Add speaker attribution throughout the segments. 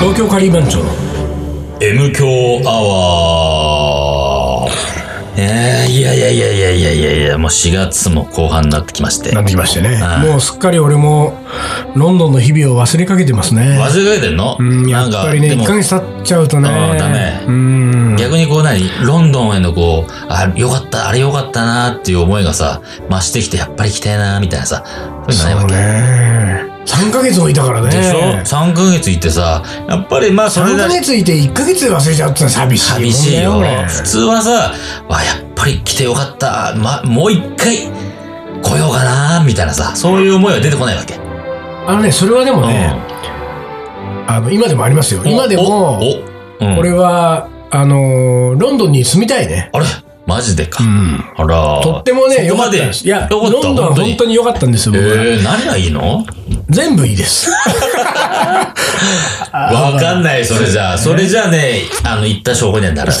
Speaker 1: 東京カリー番長の
Speaker 2: M 強アワー。えー、いやいやいやいやいやいやいや、もう4月も後半になってきまして。
Speaker 1: な
Speaker 2: 忘
Speaker 1: ってきましてね
Speaker 2: はい
Speaker 1: もうすっかり俺もロンドンの日々を忘れかけてますね
Speaker 2: れてんの
Speaker 1: うんや
Speaker 2: な
Speaker 1: っ
Speaker 2: んか、
Speaker 1: ぱりね
Speaker 2: でも
Speaker 1: 1ヶ月経っちゃうとね
Speaker 2: あーダメ
Speaker 1: うん
Speaker 2: 逆にこう何ロンドンへのこう、あ、よかった、あれよかったなーっていう思いがさ、増してきて、やっぱり行きたいなーみたいなさ、そういう
Speaker 1: そう
Speaker 2: のないわけ。
Speaker 1: ね3ヶ月もいたからね
Speaker 2: でしょ ?3 ヶ月行ってさ、やっぱりまあそれ
Speaker 1: 3
Speaker 2: な
Speaker 1: ヶ
Speaker 2: り
Speaker 1: 月いて1ヶ月で忘れちゃうってのは寂しいもんね
Speaker 2: 寂しいよ
Speaker 1: 俺。
Speaker 2: 普通はさ、わ、やっぱり来てよかった、ま、もう一回来ようかなーみたいなさ、そういう思いは出てこないわけ。
Speaker 1: あのねそれはでもね、
Speaker 2: う
Speaker 1: あの今でもありますよ
Speaker 2: ん
Speaker 1: 今で
Speaker 2: お
Speaker 1: も、
Speaker 2: おうん
Speaker 1: 俺はあのーロンドンに住みたいね
Speaker 2: あれマジでか。
Speaker 1: ん
Speaker 2: あらー
Speaker 1: とってもね
Speaker 2: そ
Speaker 1: 良
Speaker 2: こ
Speaker 1: かっ
Speaker 2: ま
Speaker 1: た
Speaker 2: で。
Speaker 1: んですいや
Speaker 2: よか
Speaker 1: ロ
Speaker 2: っ
Speaker 1: ン
Speaker 2: た
Speaker 1: ドンは本当に良かったんですよ僕は
Speaker 2: えー、何がいいの
Speaker 1: 全部いい です。
Speaker 2: わかんない、それじゃあ。それじゃあね、あの、言った証拠にはならない。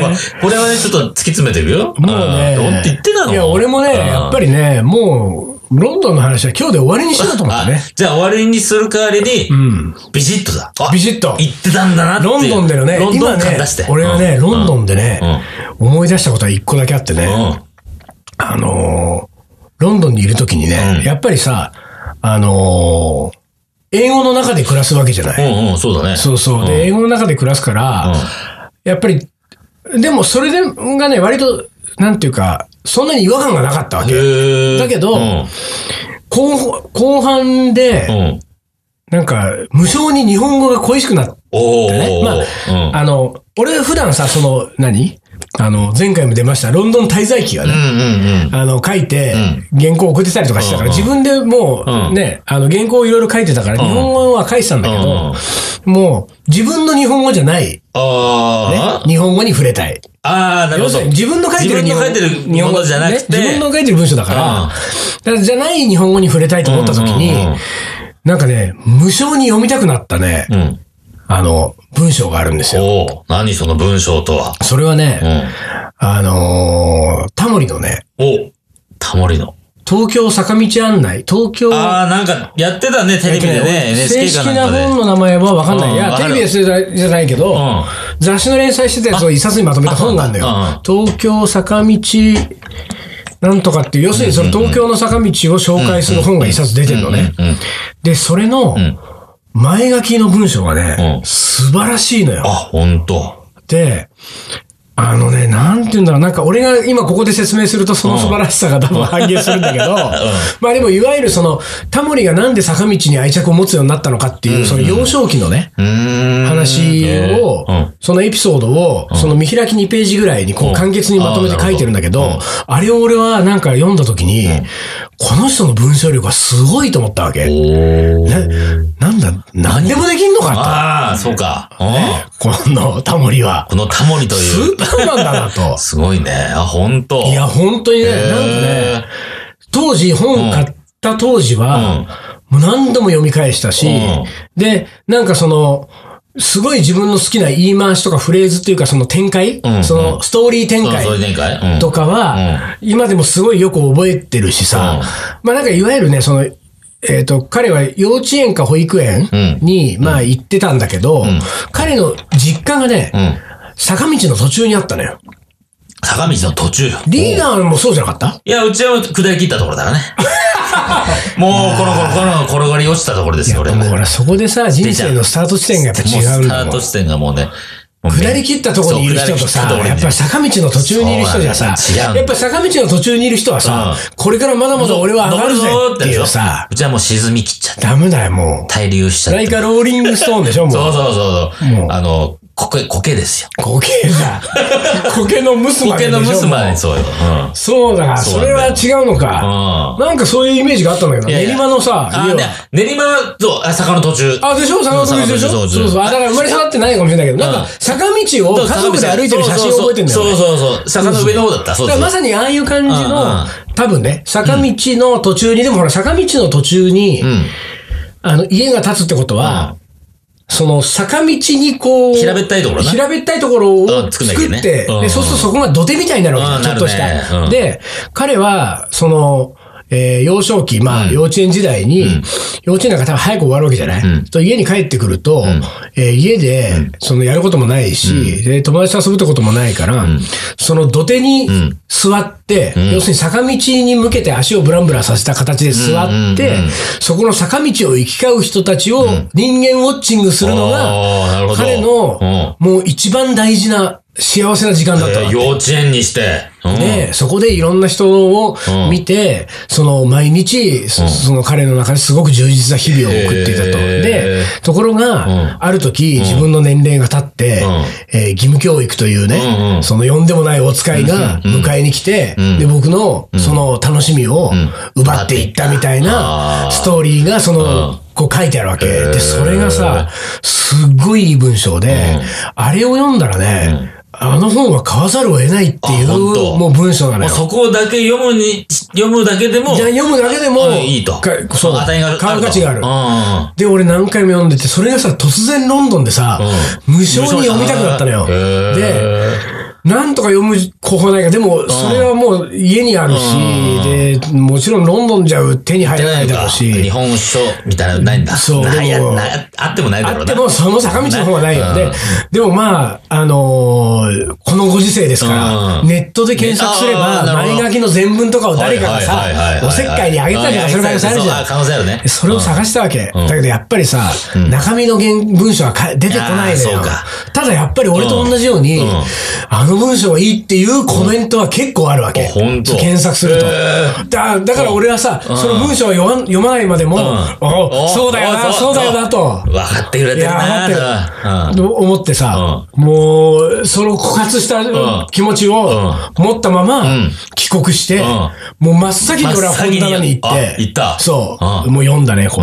Speaker 2: まあこれはね、ちょっと突き詰めていくよ。
Speaker 1: もうね。
Speaker 2: うんって言ってたの
Speaker 1: いや、俺もね、やっぱ
Speaker 2: り。
Speaker 1: りね、もう、ロンドンの話は今日で終わりにしようと思っ
Speaker 2: あ
Speaker 1: てね。
Speaker 2: じゃあ終わりにする代わりに、
Speaker 1: うん。
Speaker 2: ビシッとだ。あ
Speaker 1: ビシッと
Speaker 2: 言ってたんだなっていう。
Speaker 1: ロンドンでのね
Speaker 2: ロ、ンド
Speaker 1: 今
Speaker 2: ン感
Speaker 1: ね
Speaker 2: 出して。、
Speaker 1: 俺はね、
Speaker 2: うん
Speaker 1: ロンドンでね、思い出したことは一個だけあって
Speaker 2: うん。う
Speaker 1: ね、
Speaker 2: ん。
Speaker 1: あのー、ロンドンにいるときに
Speaker 2: う
Speaker 1: ね
Speaker 2: ん、
Speaker 1: やっぱりさ、あのー、英語の中で暮らすわけじゃない。
Speaker 2: うんうん、そうだね。
Speaker 1: そうそう。で、英語の中で暮らすから、やっぱり、でもそれでがね、割と、なんていうか、そんなに違和感がなかったわけ。
Speaker 2: へー
Speaker 1: だけど
Speaker 2: うん。
Speaker 1: 後後半で、
Speaker 2: うん
Speaker 1: なんか、無性に日本語が恋しくなって、
Speaker 2: おー
Speaker 1: ね
Speaker 2: おー
Speaker 1: まあ
Speaker 2: うん
Speaker 1: あの、俺普段さ、その、何あの、前回も出ました、ロンドン滞在記が
Speaker 2: う
Speaker 1: ね、
Speaker 2: んうんうん。
Speaker 1: あの、書いて
Speaker 2: うん、
Speaker 1: 原稿送ってたりとかしてたから、
Speaker 2: うんうん
Speaker 1: 自分でも
Speaker 2: う
Speaker 1: う、
Speaker 2: ん
Speaker 1: ね、あの、原稿をいろいろ書いてたから、
Speaker 2: ん
Speaker 1: 日本語は書いてたんだけど、もう、自分の日本語じゃない、ね
Speaker 2: ああ、
Speaker 1: 日本語に触れたい。
Speaker 2: ああ、なる
Speaker 1: 要
Speaker 2: ほ
Speaker 1: す
Speaker 2: ど。
Speaker 1: るに自分の書いてる
Speaker 2: 自分の書いてるものじゃなくて。
Speaker 1: ね自分の書いてる文章だから、
Speaker 2: うん
Speaker 1: だからじゃない日本語に触れたいと思った時に、
Speaker 2: うんうんうん
Speaker 1: なんかね、無性に読みたくなったね、
Speaker 2: うん。
Speaker 1: あの、文章があるんですよ。
Speaker 2: おお何その文章とは。
Speaker 1: それはね、
Speaker 2: うん。
Speaker 1: あのータモリのね、
Speaker 2: おタモリの。
Speaker 1: 東京坂道案内、東京、
Speaker 2: ああ、なんか、やってたね、テレビでね。
Speaker 1: 正
Speaker 2: NHK
Speaker 1: 式
Speaker 2: かな
Speaker 1: なん
Speaker 2: かで。
Speaker 1: 本の名前はわかんない。
Speaker 2: うん
Speaker 1: いや、
Speaker 2: わ
Speaker 1: テ
Speaker 2: か
Speaker 1: レ
Speaker 2: る
Speaker 1: ビですじゃないけど、
Speaker 2: うん
Speaker 1: 雑誌の連載してたやつを一冊にまとめた本があるんだよ。東京坂道、なんとかっていう、要するにその東京の坂道を紹介する本が一冊出てるのね。
Speaker 2: うん。
Speaker 1: で、それの
Speaker 2: ん
Speaker 1: 前書きの文章がね、
Speaker 2: うん
Speaker 1: 素晴らしいの
Speaker 2: あ、
Speaker 1: よ。
Speaker 2: ほんと。
Speaker 1: で、あのね、なんて言うんだろう、なんか俺が今ここで説明するとその素晴らしさが多分反映するんだけど、 まあでもいわゆるその、タモリがなんで坂道に愛着を持つようになったのかっていう、その幼少期のね、
Speaker 2: うーん。
Speaker 1: 話を
Speaker 2: うんうん、
Speaker 1: そのエピソードを、その見開き2ページぐらいにこ
Speaker 2: う
Speaker 1: うん簡潔にまとめて書いてるんだけ
Speaker 2: あーな
Speaker 1: ど
Speaker 2: る、
Speaker 1: あれを俺はなんか読んだ時に、この人の文章力はすごいと思ったわけ。
Speaker 2: お
Speaker 1: な、
Speaker 2: ー
Speaker 1: なんだ、何でもできんのか
Speaker 2: ああ、そうか。うん
Speaker 1: と。このタモリは。
Speaker 2: このタモリと
Speaker 1: ス
Speaker 2: いう。
Speaker 1: ー。パーマンだなと
Speaker 2: すごいね。あ、ほんと。
Speaker 1: いや、本当にね、
Speaker 2: へ
Speaker 1: な
Speaker 2: ー、
Speaker 1: んかね、当時、本買った当時は、もう何度も読み返したし、
Speaker 2: うん
Speaker 1: で、なんかその、すごい自分の好きな言い回しとかフレーズっていうかその展開、
Speaker 2: うん
Speaker 1: そのストーリー展
Speaker 2: そう、そういう
Speaker 1: 開
Speaker 2: 展開うん
Speaker 1: とかは、今でもすごいよく覚えてるしさ、まあなんかいわゆるね、その、えっ、と、彼は幼稚園か保育園に、まあ行ってたんだけど、彼の実家がね、
Speaker 2: うん。
Speaker 1: 坂道の途中にあったのよ。
Speaker 2: 坂道の途中。
Speaker 1: リーダーもそうじゃなかった
Speaker 2: いや、うちは下り切ったところ だからね。もう、コロコロコロ転がり落ちたところですよ、俺
Speaker 1: でも
Speaker 2: は。
Speaker 1: ほ
Speaker 2: もう
Speaker 1: ら、そこでさ、人生のスタート地点がやっぱ
Speaker 2: ス
Speaker 1: 違うん
Speaker 2: タ
Speaker 1: だ
Speaker 2: ー
Speaker 1: もん
Speaker 2: ト。地点がもうね、もうめ
Speaker 1: 下り切ったところにいる人とさ、
Speaker 2: そう下り
Speaker 1: やっ
Speaker 2: 切
Speaker 1: ぱ
Speaker 2: ったとこ
Speaker 1: 坂道の途中にいる人じゃさ
Speaker 2: そうなんだよ違うんだよ、
Speaker 1: やっぱ坂道の途中にいる人はさ、
Speaker 2: う
Speaker 1: これからまだまだ俺は上がるぜ
Speaker 2: 登
Speaker 1: っていうさ、
Speaker 2: うちはもう沈み切っちゃった。
Speaker 1: ダメだよ、も
Speaker 2: 滞留しち
Speaker 1: う。
Speaker 2: ゃっ
Speaker 1: ライ
Speaker 2: た。
Speaker 1: カローリングストーンでしょ、も。
Speaker 2: そううそうそうそ
Speaker 1: もう
Speaker 2: う。あの、苔、苔ですよ。
Speaker 1: 苔だ。苔のムスまで
Speaker 2: 苔
Speaker 1: でしょ。
Speaker 2: のムスま
Speaker 1: も
Speaker 2: で、
Speaker 1: う
Speaker 2: そうよ。うん。
Speaker 1: そうだ、
Speaker 2: そ
Speaker 1: そう
Speaker 2: なん
Speaker 1: れ
Speaker 2: だ
Speaker 1: は
Speaker 2: よ
Speaker 1: 違うのか。
Speaker 2: あ
Speaker 1: なんかそういうイメージがあったんだけど、
Speaker 2: いやいや
Speaker 1: 練馬のさ、家
Speaker 2: あー、
Speaker 1: は
Speaker 2: ね練馬は、そう、あ坂の途中。
Speaker 1: あ、でしょ坂本でしょ
Speaker 2: そ
Speaker 1: そうう
Speaker 2: そう
Speaker 1: そう。あ、だから生まれ育ってないかもしれないけど、なんか坂道を家族で歩いてる写真を覚えてんだよね。
Speaker 2: そうそうそうそう。坂の上の方だった。そう
Speaker 1: だ
Speaker 2: そ
Speaker 1: から
Speaker 2: う
Speaker 1: ま。さにああいう感じ
Speaker 2: うん
Speaker 1: の、多分ね、坂道の途中に、でもほら、坂道の途中に
Speaker 2: う、ん。
Speaker 1: あの、家が建つってこと
Speaker 2: う
Speaker 1: は、その、坂道にこう、
Speaker 2: 平べったいところな
Speaker 1: 平べったいところ
Speaker 2: うん
Speaker 1: を
Speaker 2: 作
Speaker 1: 作
Speaker 2: ん
Speaker 1: っ
Speaker 2: なきゃね
Speaker 1: て、
Speaker 2: うん
Speaker 1: でそうするとそこが土手みたいになるわけ
Speaker 2: うん
Speaker 1: じゃんちょっとし
Speaker 2: なるねう
Speaker 1: た。
Speaker 2: ん
Speaker 1: で、彼は、その、えー幼少期、まあ、
Speaker 2: うん
Speaker 1: 幼稚園時代に、幼稚園なんか多分早く終わるわけじゃない、
Speaker 2: うん
Speaker 1: と家に帰ってくると、えー家で、そのやることもないし、で、友達と遊ぶってこともないから、その土手に
Speaker 2: ん
Speaker 1: 座って、
Speaker 2: ん
Speaker 1: 要するに坂道に向けて足をブランブランさせた形で座って、
Speaker 2: うんうんうん
Speaker 1: そこの坂道を行き交う人たちを人間ウォッチングするの
Speaker 2: あーなる
Speaker 1: が、
Speaker 2: ほど
Speaker 1: 彼の、もう一番大事な幸せな時間だった
Speaker 2: え
Speaker 1: わ
Speaker 2: ー
Speaker 1: け
Speaker 2: 幼稚園にして。うん
Speaker 1: で、そこでいろんな人を見て、その毎日、そその彼の中ですごく充実な日々を送っていたと。
Speaker 2: へー
Speaker 1: で、ところ
Speaker 2: うん
Speaker 1: が、ある時、自分の年齢が経って
Speaker 2: うん、
Speaker 1: えー義務教育という
Speaker 2: うんう
Speaker 1: ね、
Speaker 2: ん
Speaker 1: その呼んでもないお使いが迎えに来て、で、僕のその楽しみを奪っていったみたい
Speaker 2: あ
Speaker 1: な
Speaker 2: ー
Speaker 1: ストーリーが、そうの
Speaker 2: ん、
Speaker 1: こう書いてあるわけ。
Speaker 2: へ
Speaker 1: で、
Speaker 2: ー
Speaker 1: それがさ、すっごいいい文章で、あれを読んだらね、あの本は買わざるを得ないってい
Speaker 2: あ本
Speaker 1: う、
Speaker 2: 当
Speaker 1: もう文章なの
Speaker 2: もう
Speaker 1: よ。
Speaker 2: そこだけ読むに、読むだけでも、
Speaker 1: じゃあ読むだけでも、
Speaker 2: うんいいと。
Speaker 1: かそう、
Speaker 2: 値があると
Speaker 1: 買う価値がある。
Speaker 2: うんうん
Speaker 1: で、俺何回も読んでて、それがさ、突然ロンドンでさ、
Speaker 2: うん
Speaker 1: 無償に読みたくなったのよ。
Speaker 2: へー
Speaker 1: で、なんとか読む方法ないか、でも、それはもう家にあるし、で、もちろんロンドンじゃ手に入らないだろうし。
Speaker 2: 日本書みたいなのないんだ。
Speaker 1: そう
Speaker 2: ない
Speaker 1: で
Speaker 2: や
Speaker 1: も
Speaker 2: なあってもないだろうな。
Speaker 1: あっても、その坂道の方はないよね。でもまあ、あのーこのご時世ですから、
Speaker 2: うん
Speaker 1: ネットで検索すれば、
Speaker 2: ねあーなるほ
Speaker 1: 前
Speaker 2: ど
Speaker 1: 書きの全文とかを誰かがさ
Speaker 2: はいはいはいはいは、い
Speaker 1: おせっかいにあげたりとかする可能性あるじ
Speaker 2: そう
Speaker 1: ゃ
Speaker 2: あ可能性あるね
Speaker 1: ん。。それを探したわけ。
Speaker 2: ん
Speaker 1: だけどやっぱりさ、中身の原文章はか出てこないの
Speaker 2: いやーそ
Speaker 1: よ
Speaker 2: うか。
Speaker 1: ただやっぱり俺と同じように
Speaker 2: うんうん、
Speaker 1: あの文章はいいっていうコメントは結構あるわけ。
Speaker 2: あほんと
Speaker 1: 検索すると
Speaker 2: へ。
Speaker 1: だだから俺はさ、
Speaker 2: ん
Speaker 1: その文章を読ま読まないまでも、おそうだよな、そうだよなと。
Speaker 2: 分かってくれ
Speaker 1: い
Speaker 2: てる
Speaker 1: やー
Speaker 2: なう
Speaker 1: 待
Speaker 2: ん
Speaker 1: ってると思ってさ、もう、その枯渇した
Speaker 2: ん
Speaker 1: 気持ちを持ったまま
Speaker 2: ん
Speaker 1: 帰国して、
Speaker 2: ん
Speaker 1: もう真っ先に俺は
Speaker 2: 真っ
Speaker 1: 本
Speaker 2: 先に
Speaker 1: 棚に行っ
Speaker 2: あ
Speaker 1: て、
Speaker 2: 行った
Speaker 1: そう、
Speaker 2: うん
Speaker 1: もう読んだね、こう、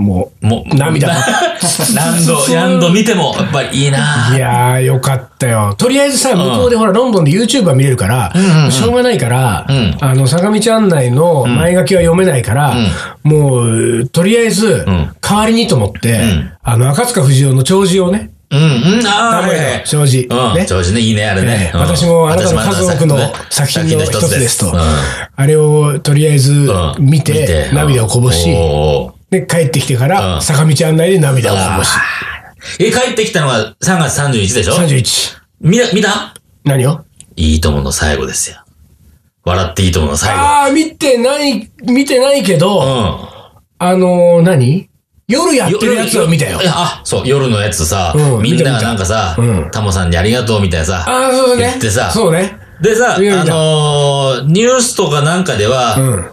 Speaker 1: もう、
Speaker 2: もう、
Speaker 1: 涙が。
Speaker 2: 何度、何度見ても、やっぱりいいない
Speaker 1: やー、よかったよ。とりあえずさ、向こうでほら、ロンドンで YouTube は見れるから、しょうがないから、
Speaker 2: ん
Speaker 1: あの、坂道案内の前書きは読めないから、もう、とりあえず、
Speaker 2: ん
Speaker 1: 代わりにと思って、
Speaker 2: ん
Speaker 1: あの、赤塚不二夫の弔辞をね、
Speaker 2: うん、うん、ああ、
Speaker 1: 名古屋の障子
Speaker 2: うん、
Speaker 1: ね
Speaker 2: 障子ね、いいね、あれね
Speaker 1: え。え私もあなたの数多くの作
Speaker 2: 私もあなたの
Speaker 1: 品の一つですと、
Speaker 2: うん
Speaker 1: あれをとりあえず
Speaker 2: うん
Speaker 1: 見て、涙をこぼし、
Speaker 2: うんおー
Speaker 1: で、帰ってきてか
Speaker 2: う
Speaker 1: ら、
Speaker 2: ん
Speaker 1: 坂道案内で涙をこぼし、
Speaker 2: え、帰ってきたのが3月31でしょ
Speaker 1: 31。
Speaker 2: 見た、見た
Speaker 1: 何を
Speaker 2: いいともの最後ですよ。笑っていいともの最後。
Speaker 1: ああ、見てない、見てないけど、
Speaker 2: うん。
Speaker 1: あのー、何夜やってるやつを見たよ
Speaker 2: い。やあ、そう、夜のやつさ、
Speaker 1: うん
Speaker 2: みん
Speaker 1: 見
Speaker 2: な
Speaker 1: た見
Speaker 2: が
Speaker 1: た
Speaker 2: なんかさ
Speaker 1: うん、
Speaker 2: タモさんにありがとうみたいなさ、
Speaker 1: ああ、そうね。
Speaker 2: 言ってさ
Speaker 1: そうね。
Speaker 2: でさ、あ
Speaker 1: 見た見た
Speaker 2: のー、ニュースとかなんかで
Speaker 1: う
Speaker 2: は、
Speaker 1: ん。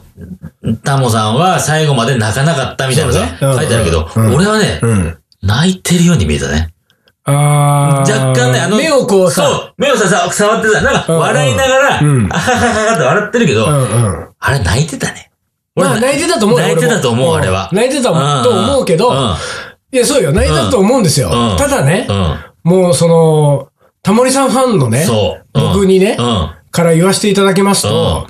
Speaker 2: タモさんは最後まで泣かなかったみたいなさ、
Speaker 1: そうねうん
Speaker 2: 書いてあるけど、
Speaker 1: うん
Speaker 2: 俺はね、
Speaker 1: うん。
Speaker 2: 泣いてるように見えたね。
Speaker 1: ああ。
Speaker 2: 若干ね、あの、
Speaker 1: 目をこう
Speaker 2: そ
Speaker 1: さ、
Speaker 2: う、目をさ、さ触ってさ、なんか
Speaker 1: うんうん
Speaker 2: 笑いながら、
Speaker 1: うん
Speaker 2: あははははって笑ってるけど、
Speaker 1: うんうん。
Speaker 2: あれ泣いてたね。
Speaker 1: まあ、泣いてたと思うよ
Speaker 2: 泣いてたと思う、あれは。
Speaker 1: 泣いてた
Speaker 2: うん
Speaker 1: と思うけど、
Speaker 2: んうん
Speaker 1: いや、そうよ。泣いてたと思うんですよ。
Speaker 2: うん
Speaker 1: ただね、
Speaker 2: う
Speaker 1: もうその、タモリさんファンの
Speaker 2: ん。
Speaker 1: ね、
Speaker 2: そう。うん
Speaker 1: 僕にね
Speaker 2: うん。
Speaker 1: から言わせていただきますと、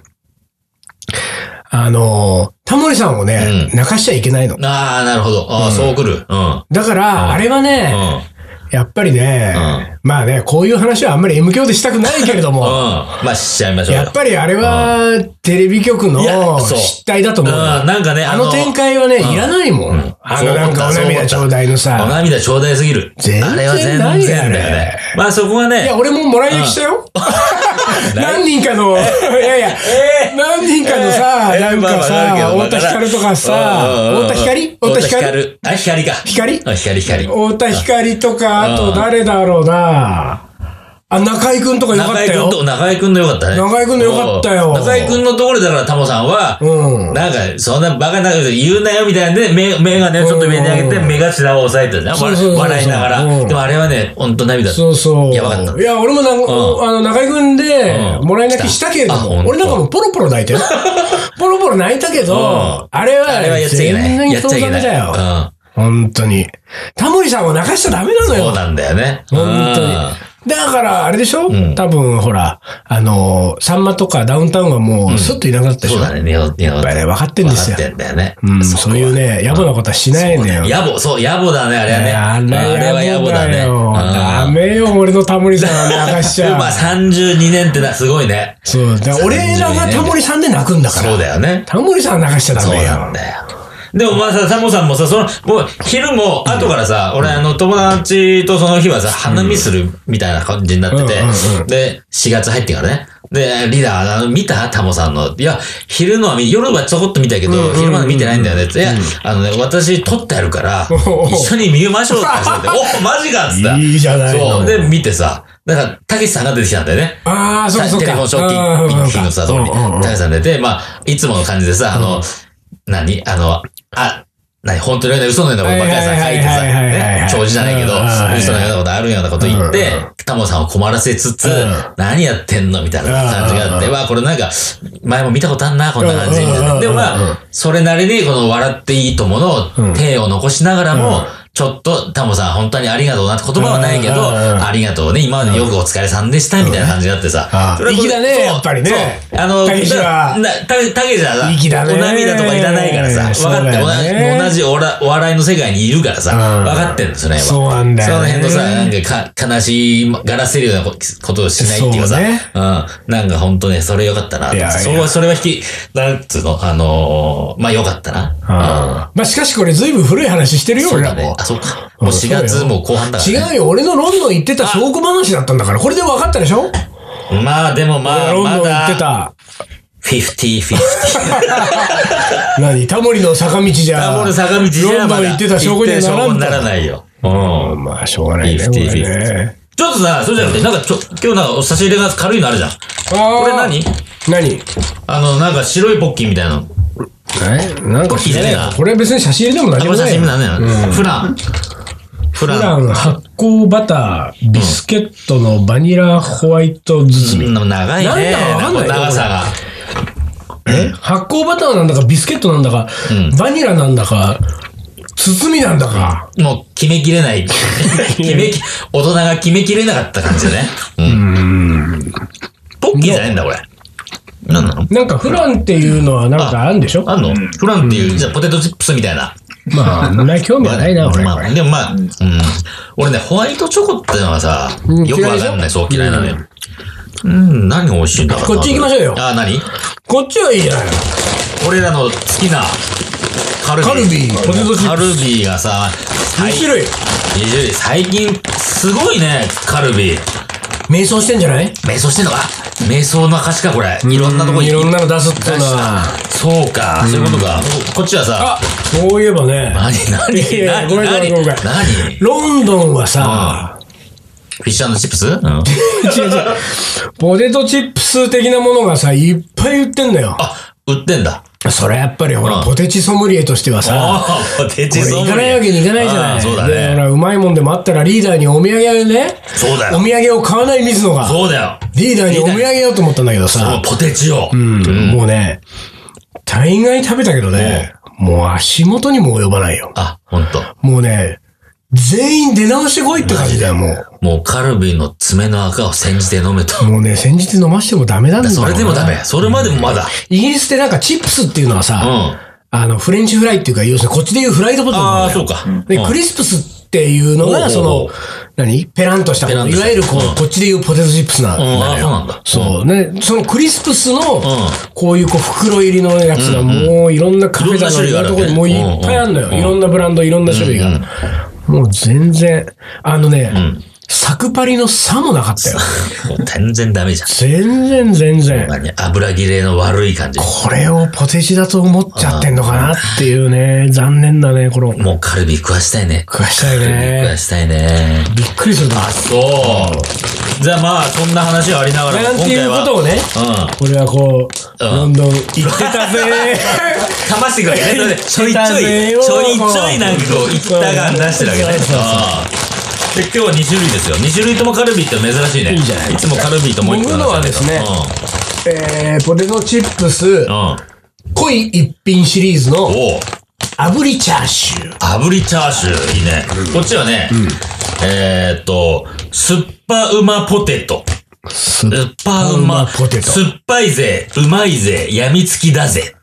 Speaker 1: あのー、タモリさんをね、
Speaker 2: う
Speaker 1: 泣かしちゃいけないの。
Speaker 2: ああ、なるほど。ああ、そう来る。うん。
Speaker 1: だから、あれはね、
Speaker 2: うん。
Speaker 1: やっぱりね、まあね、こういう話はあんまり M 響でしたくないけれど
Speaker 2: うん。
Speaker 1: も、
Speaker 2: まあ、しちゃいましょうよ。
Speaker 1: やっぱりあれはテレビ局の
Speaker 2: いやそう
Speaker 1: 失態だと思うよ。
Speaker 2: うんなんかね、
Speaker 1: あの展開はね、
Speaker 2: うん
Speaker 1: いらないも
Speaker 2: うん
Speaker 1: ん。あのなんかお
Speaker 2: そう思った
Speaker 1: 涙ちょうだいの
Speaker 2: お
Speaker 1: さ。
Speaker 2: 涙ちょうだいすぎる。
Speaker 1: 全然
Speaker 2: あれは全然だよ
Speaker 1: ないあれ
Speaker 2: ね。まあ、そこは
Speaker 1: や、
Speaker 2: いね、
Speaker 1: 俺ももらい泣きしたよ。 何人かの、いやいや、
Speaker 2: え
Speaker 1: 何人かのさ、
Speaker 2: えー
Speaker 1: なんか
Speaker 2: まあ
Speaker 1: さ、
Speaker 2: まあわ
Speaker 1: 太
Speaker 2: か
Speaker 1: 田
Speaker 2: るけ
Speaker 1: 光と
Speaker 2: ど
Speaker 1: かさ、
Speaker 2: うんうんう
Speaker 1: 太
Speaker 2: ん
Speaker 1: 田光太田光
Speaker 2: 太田光あ、光か。
Speaker 1: 光
Speaker 2: うん光光。
Speaker 1: 太田光とか、あ
Speaker 2: う
Speaker 1: と
Speaker 2: ん
Speaker 1: 誰だろうな。あ、中居くんとかよかっ
Speaker 2: 中
Speaker 1: た
Speaker 2: 井くん
Speaker 1: よ。
Speaker 2: と、中井くんのよかったね。
Speaker 1: 中居くんのよかったよ
Speaker 2: うん中井くんのところだから、タモさんは、
Speaker 1: うん。
Speaker 2: なんか、そんなバカなこと言うなよみたいなんで、目、目がね、ちょっと上に上げて、
Speaker 1: うん
Speaker 2: 目頭を押さえてね、
Speaker 1: そうそうそう
Speaker 2: 笑笑いなが
Speaker 1: うん
Speaker 2: ら。でもあれはね、ほんと涙。
Speaker 1: そうそう。
Speaker 2: やばかった
Speaker 1: いや、俺もなんか、
Speaker 2: うん
Speaker 1: あの、中居君で、
Speaker 2: うん
Speaker 1: もらい泣きしたけれど
Speaker 2: 来たあ
Speaker 1: も
Speaker 2: ほん、と
Speaker 1: 俺なんかもうポロポロ泣いた よ。ポロポロ泣いたけど、
Speaker 2: うん
Speaker 1: あれは、
Speaker 2: あれはやっちゃい
Speaker 1: 全
Speaker 2: けない。
Speaker 1: 然
Speaker 2: やっ
Speaker 1: 人
Speaker 2: ち
Speaker 1: の
Speaker 2: ゃい
Speaker 1: た
Speaker 2: けな
Speaker 1: め
Speaker 2: い。
Speaker 1: だよ。
Speaker 2: うん
Speaker 1: 本当に。タモリさんを泣かしちゃダメなの
Speaker 2: そう
Speaker 1: よ。
Speaker 2: なんだよね。
Speaker 1: 本当に
Speaker 2: うん。
Speaker 1: だから、あれでしょ、
Speaker 2: ん
Speaker 1: 多分、ほら、あのー、サンマとかダウンタウンはもう、すっといなくなったでし
Speaker 2: そ
Speaker 1: ょ、
Speaker 2: うだね、や
Speaker 1: っぱりね分かってんですよ
Speaker 2: 分かってんだよね。
Speaker 1: うん、
Speaker 2: こは
Speaker 1: そういうね、野暮なことはしないんだよ。
Speaker 2: 野暮、そう、野暮だね、あれはね。
Speaker 1: あれは野暮だよ。ダ
Speaker 2: あれは野暮だね。
Speaker 1: メよ、俺のタモリさんは ね、明石ち
Speaker 2: うん。
Speaker 1: ゃん
Speaker 2: まあ、。32年ってな、すごいね。
Speaker 1: そう、だから俺らがタモリさんで泣くんだから。
Speaker 2: そうだよね。
Speaker 1: タモリさんは泣かしちゃダ
Speaker 2: そう
Speaker 1: メ
Speaker 2: な
Speaker 1: よ
Speaker 2: ん。だよ。でもまあさ、サモさんもさ、その、もう、昼も、後からさ、俺、あの、友達とその日はさ、花見するみたいな感じになってて、
Speaker 1: うんうんうん
Speaker 2: で、4月入ってからね。で、リーダー、あの、見たタモさんの。いや、昼のは見、夜はちょこっと見たけど、昼まで見てないんだよね。っていや、あのね、私撮ってあるから、
Speaker 1: おお
Speaker 2: 一緒に見ましょうって話になって、おマジかっつった。
Speaker 1: いいじゃないの
Speaker 2: そう。で、見てさ、だから、たけしさんが出てきたんだよね。
Speaker 1: ああ、そうかそう
Speaker 2: テレフォ
Speaker 1: か。
Speaker 2: ンショッキ
Speaker 1: あー
Speaker 2: ング、ピンキンのさ、そこに、
Speaker 1: うんうんうん
Speaker 2: 高橋さん出て、まあ、いつもの感じでさ、あの、何あの、あ、何本当のような嘘のようなことばっかりさ、書いてさ、
Speaker 1: はいはいはいはいはい
Speaker 2: ね、長寿じゃないけど
Speaker 1: うんうんうん、
Speaker 2: 嘘のようなことあるようなこと言って、タモさんを困らせつつ
Speaker 1: ん、
Speaker 2: 何やってんのみたいな感じがあって、わあ、これなんか、前も見たことあんな、こんな感じ。みたい
Speaker 1: うんうんうんうん
Speaker 2: なでもまあ、それなりに、この笑っていいともの手を残しながらも、ちょっと、タモさん、本当にありがとうなって言葉はないけど、
Speaker 1: うんうんうん
Speaker 2: ありがとうね、今までよくお疲れさんでした、みたいな感じになってさ
Speaker 1: あ。
Speaker 2: それはこ
Speaker 1: 粋
Speaker 2: れ
Speaker 1: だね
Speaker 2: そう
Speaker 1: やっぱりね
Speaker 2: そうあの、
Speaker 1: たけしは
Speaker 2: な、たたけしはさ、
Speaker 1: 粋だね
Speaker 2: お涙とかいらないからさ、
Speaker 1: そう
Speaker 2: 分
Speaker 1: だ
Speaker 2: か
Speaker 1: よ
Speaker 2: っ
Speaker 1: ね
Speaker 2: て、同じ、同じおらお笑いの世界にいるからさ、
Speaker 1: うん
Speaker 2: 分かってるんですよね。やっぱ
Speaker 1: そうなんだよね
Speaker 2: その辺のさ、なんかか悲しがらせるようなこことをしないっていうかさ、
Speaker 1: そうね
Speaker 2: うん。なんか本当ね、それよかったなと
Speaker 1: い
Speaker 2: 思
Speaker 1: や
Speaker 2: っ
Speaker 1: いや
Speaker 2: て。それは、それは引き、なんつうの、あのー、まあ、よかったな。うん
Speaker 1: まあしかしこれずいぶん古い話してるよ、
Speaker 2: そう
Speaker 1: 俺
Speaker 2: だ
Speaker 1: ら
Speaker 2: ね
Speaker 1: も。。
Speaker 2: あ、そうか。もう4月も後半だから、ね。
Speaker 1: 違うよ、俺のロンドン行ってた証拠話だったんだから、これで分かったでしょ
Speaker 2: まあでもまあ、
Speaker 1: ロン
Speaker 2: ま
Speaker 1: ドン行って
Speaker 2: だ、
Speaker 1: た。
Speaker 2: 50-50。
Speaker 1: 何タモリの坂道じゃ。
Speaker 2: ダボル坂道じゃ
Speaker 1: ロンドン行ってた証拠にはならん
Speaker 2: な
Speaker 1: と
Speaker 2: らないよ。うん。
Speaker 1: まあ、しょうがないね。
Speaker 2: 50-50
Speaker 1: これね
Speaker 2: ちょっとさ、それじゃなくて、なんかちょ、今日なんかお差し入れが軽いのあるじゃん。
Speaker 1: あー
Speaker 2: これ何
Speaker 1: 何
Speaker 2: あの、なんか白いポッキーみたいなの。
Speaker 1: えなんか知らない
Speaker 2: これいいね
Speaker 1: これは別に写真でも何
Speaker 2: あ、
Speaker 1: でも
Speaker 2: これ写
Speaker 1: ない。
Speaker 2: 真見たね。フラン。フ
Speaker 1: 普
Speaker 2: ラン。
Speaker 1: 段発酵バター、ビスケットのバニラホワイト包み。
Speaker 2: うん長いね。
Speaker 1: なんだかわかんないよ
Speaker 2: 長さが。
Speaker 1: え発酵バターなんだか、ビスケットなんだか、バニラなんだか、包みなんだか。
Speaker 2: もう決めきれない。決めき、大人が決めきれなかった感じだね。うん。ポッキーじゃないんだ、これ。なんなの
Speaker 1: なんかフランっていうのはなんかあるんでしょ
Speaker 2: あんのフランっていう、じゃあポテトチップスみたいな。
Speaker 1: まあ、あんまり興味はないな、俺。
Speaker 2: ま
Speaker 1: こ
Speaker 2: あ、
Speaker 1: れ
Speaker 2: でもまあ、うん。俺ね、ホワイトチョコってのはさ、
Speaker 1: うん
Speaker 2: よくわかん
Speaker 1: 嫌いでし
Speaker 2: ない。
Speaker 1: ょ
Speaker 2: そう、嫌いなのよ。うん、何が美味しいんだろうな
Speaker 1: こっち行きましょうよ
Speaker 2: あ、何
Speaker 1: こっちはいいじゃないの
Speaker 2: 俺らの好きな、カルビー。
Speaker 1: カルビーポテトチップス
Speaker 2: カルビーがさ、
Speaker 1: 2種
Speaker 2: 類。
Speaker 1: 類。
Speaker 2: 二種類最近、すごいね、カルビー。
Speaker 1: 迷走してんじゃない
Speaker 2: 瞑想してんのか瞑想の証か、これ。いろんなとこ
Speaker 1: い
Speaker 2: 行
Speaker 1: ろん
Speaker 2: き
Speaker 1: なの出すっていうのは。
Speaker 2: そうか、そういうことか。こっちはさ
Speaker 1: あ、そういえばね、
Speaker 2: 何、何、
Speaker 1: いやいや
Speaker 2: 何、
Speaker 1: ごめんごめん
Speaker 2: 何、
Speaker 1: ごめん
Speaker 2: 何、フ
Speaker 1: ロンドンはさ、
Speaker 2: ィッシュチップスうん。
Speaker 1: 違う違うポテトチップス的なものがさ、いっぱい売ってんのよ。
Speaker 2: あ、売ってんだ。
Speaker 1: それやっぱりほ
Speaker 2: う
Speaker 1: ら、
Speaker 2: ん
Speaker 1: ポテチソムリエとしてはさ、
Speaker 2: ああ、ポテ
Speaker 1: こ
Speaker 2: チ
Speaker 1: れ
Speaker 2: ソ
Speaker 1: 行
Speaker 2: ムリエ
Speaker 1: かないわけにいかないじゃな
Speaker 2: あ
Speaker 1: い。
Speaker 2: あそうだ
Speaker 1: でほ
Speaker 2: ね。
Speaker 1: らうまいもんでもあったらリーダーにお土産をね、
Speaker 2: そうだ
Speaker 1: お
Speaker 2: よ。
Speaker 1: 土産を買わない水野が、
Speaker 2: そうだよ。
Speaker 1: リーダーにお土
Speaker 2: リーダー
Speaker 1: 産をと思ったんだけど
Speaker 2: そ
Speaker 1: さ
Speaker 2: う、、ポテチを。
Speaker 1: うんもうね、大概食べたけどね、もう足元にも及ばないよ。
Speaker 2: あ、ほんと。
Speaker 1: もうね、全員出直してこいって感じだよ、もう。
Speaker 2: もうカルビーの爪の赤を煎じて飲めと。
Speaker 1: もうね、先日飲ましてもダメなんだろう
Speaker 2: そ
Speaker 1: な
Speaker 2: れでもダメ。それまでもまだ。
Speaker 1: イギリスってなんかチップスっていうのは
Speaker 2: うん。
Speaker 1: さ、
Speaker 2: あ
Speaker 1: あの、フレンチフライっていうか、要するにこっちでいうフライドポテトなん
Speaker 2: あ、
Speaker 1: だ
Speaker 2: そう
Speaker 1: よ。
Speaker 2: か。
Speaker 1: で、クリスプスっていうの
Speaker 2: おうおうお
Speaker 1: が、
Speaker 2: う
Speaker 1: その、何ペランとしたも
Speaker 2: ペラ
Speaker 1: の。い
Speaker 2: ンとした
Speaker 1: わゆるこ
Speaker 2: うん
Speaker 1: う、こっちでいうポテトチップスなん
Speaker 2: うんあ
Speaker 1: だ
Speaker 2: あ、
Speaker 1: よ。
Speaker 2: そうなんだ。
Speaker 1: そう。ね、そのクリスプスの、
Speaker 2: ん
Speaker 1: こういうこう袋入りのやつがもういろんなカフェだのい
Speaker 2: い
Speaker 1: ろ
Speaker 2: ろ
Speaker 1: ん
Speaker 2: ん
Speaker 1: なと
Speaker 2: な種
Speaker 1: こ
Speaker 2: 類
Speaker 1: に
Speaker 2: が
Speaker 1: もうい
Speaker 2: あるわけね
Speaker 1: っぱいあんの
Speaker 2: うん
Speaker 1: よ。
Speaker 2: うん
Speaker 1: いろんなブランド、いろんな種類が。もう全然、あのね、サクパリの差もなかったよ。
Speaker 2: うん。もう全然ダメじゃん。
Speaker 1: 全然全然。
Speaker 2: 何油切れの悪い感じ。
Speaker 1: これをポテチだと思っちゃってんのかなっていうね、残念だね、この。
Speaker 2: もうカルビー食わしたいね。
Speaker 1: 食わしたい
Speaker 2: カルビー食
Speaker 1: ね
Speaker 2: わ。したいね。
Speaker 1: びっくりするな。
Speaker 2: そう。じゃあまあ、そんな話はありながら
Speaker 1: な
Speaker 2: も、
Speaker 1: ん
Speaker 2: 今
Speaker 1: てい
Speaker 2: 回
Speaker 1: う
Speaker 2: は。
Speaker 1: ことをね、
Speaker 2: うん。
Speaker 1: 俺はこう、
Speaker 2: うん
Speaker 1: ロンドン行って たぜ
Speaker 2: かましてくるわけね。ちょいちょい、ち
Speaker 1: 下手よ
Speaker 2: ょいちょいなんかこう、いった感出してる
Speaker 1: そうそ
Speaker 2: わけね。
Speaker 1: うそう
Speaker 2: うんで、今日は2種類ですよ。2種類ともカルビーって珍しいね。
Speaker 1: いいじゃない
Speaker 2: いつもカルビーともう一個
Speaker 1: 僕のはですねえー、ポテトチップス
Speaker 2: うん。、うん。
Speaker 1: 濃い一品シリーズの
Speaker 2: おう
Speaker 1: 炙りチャーシュー。
Speaker 2: 炙りチャーシュー、いいね。こっちはね、えーっと、酸っぱうまポテト。
Speaker 1: す
Speaker 2: 酸っぱうま、
Speaker 1: ポテト
Speaker 2: 酸っぱいぜ、うまいぜ、やみつき だぜ。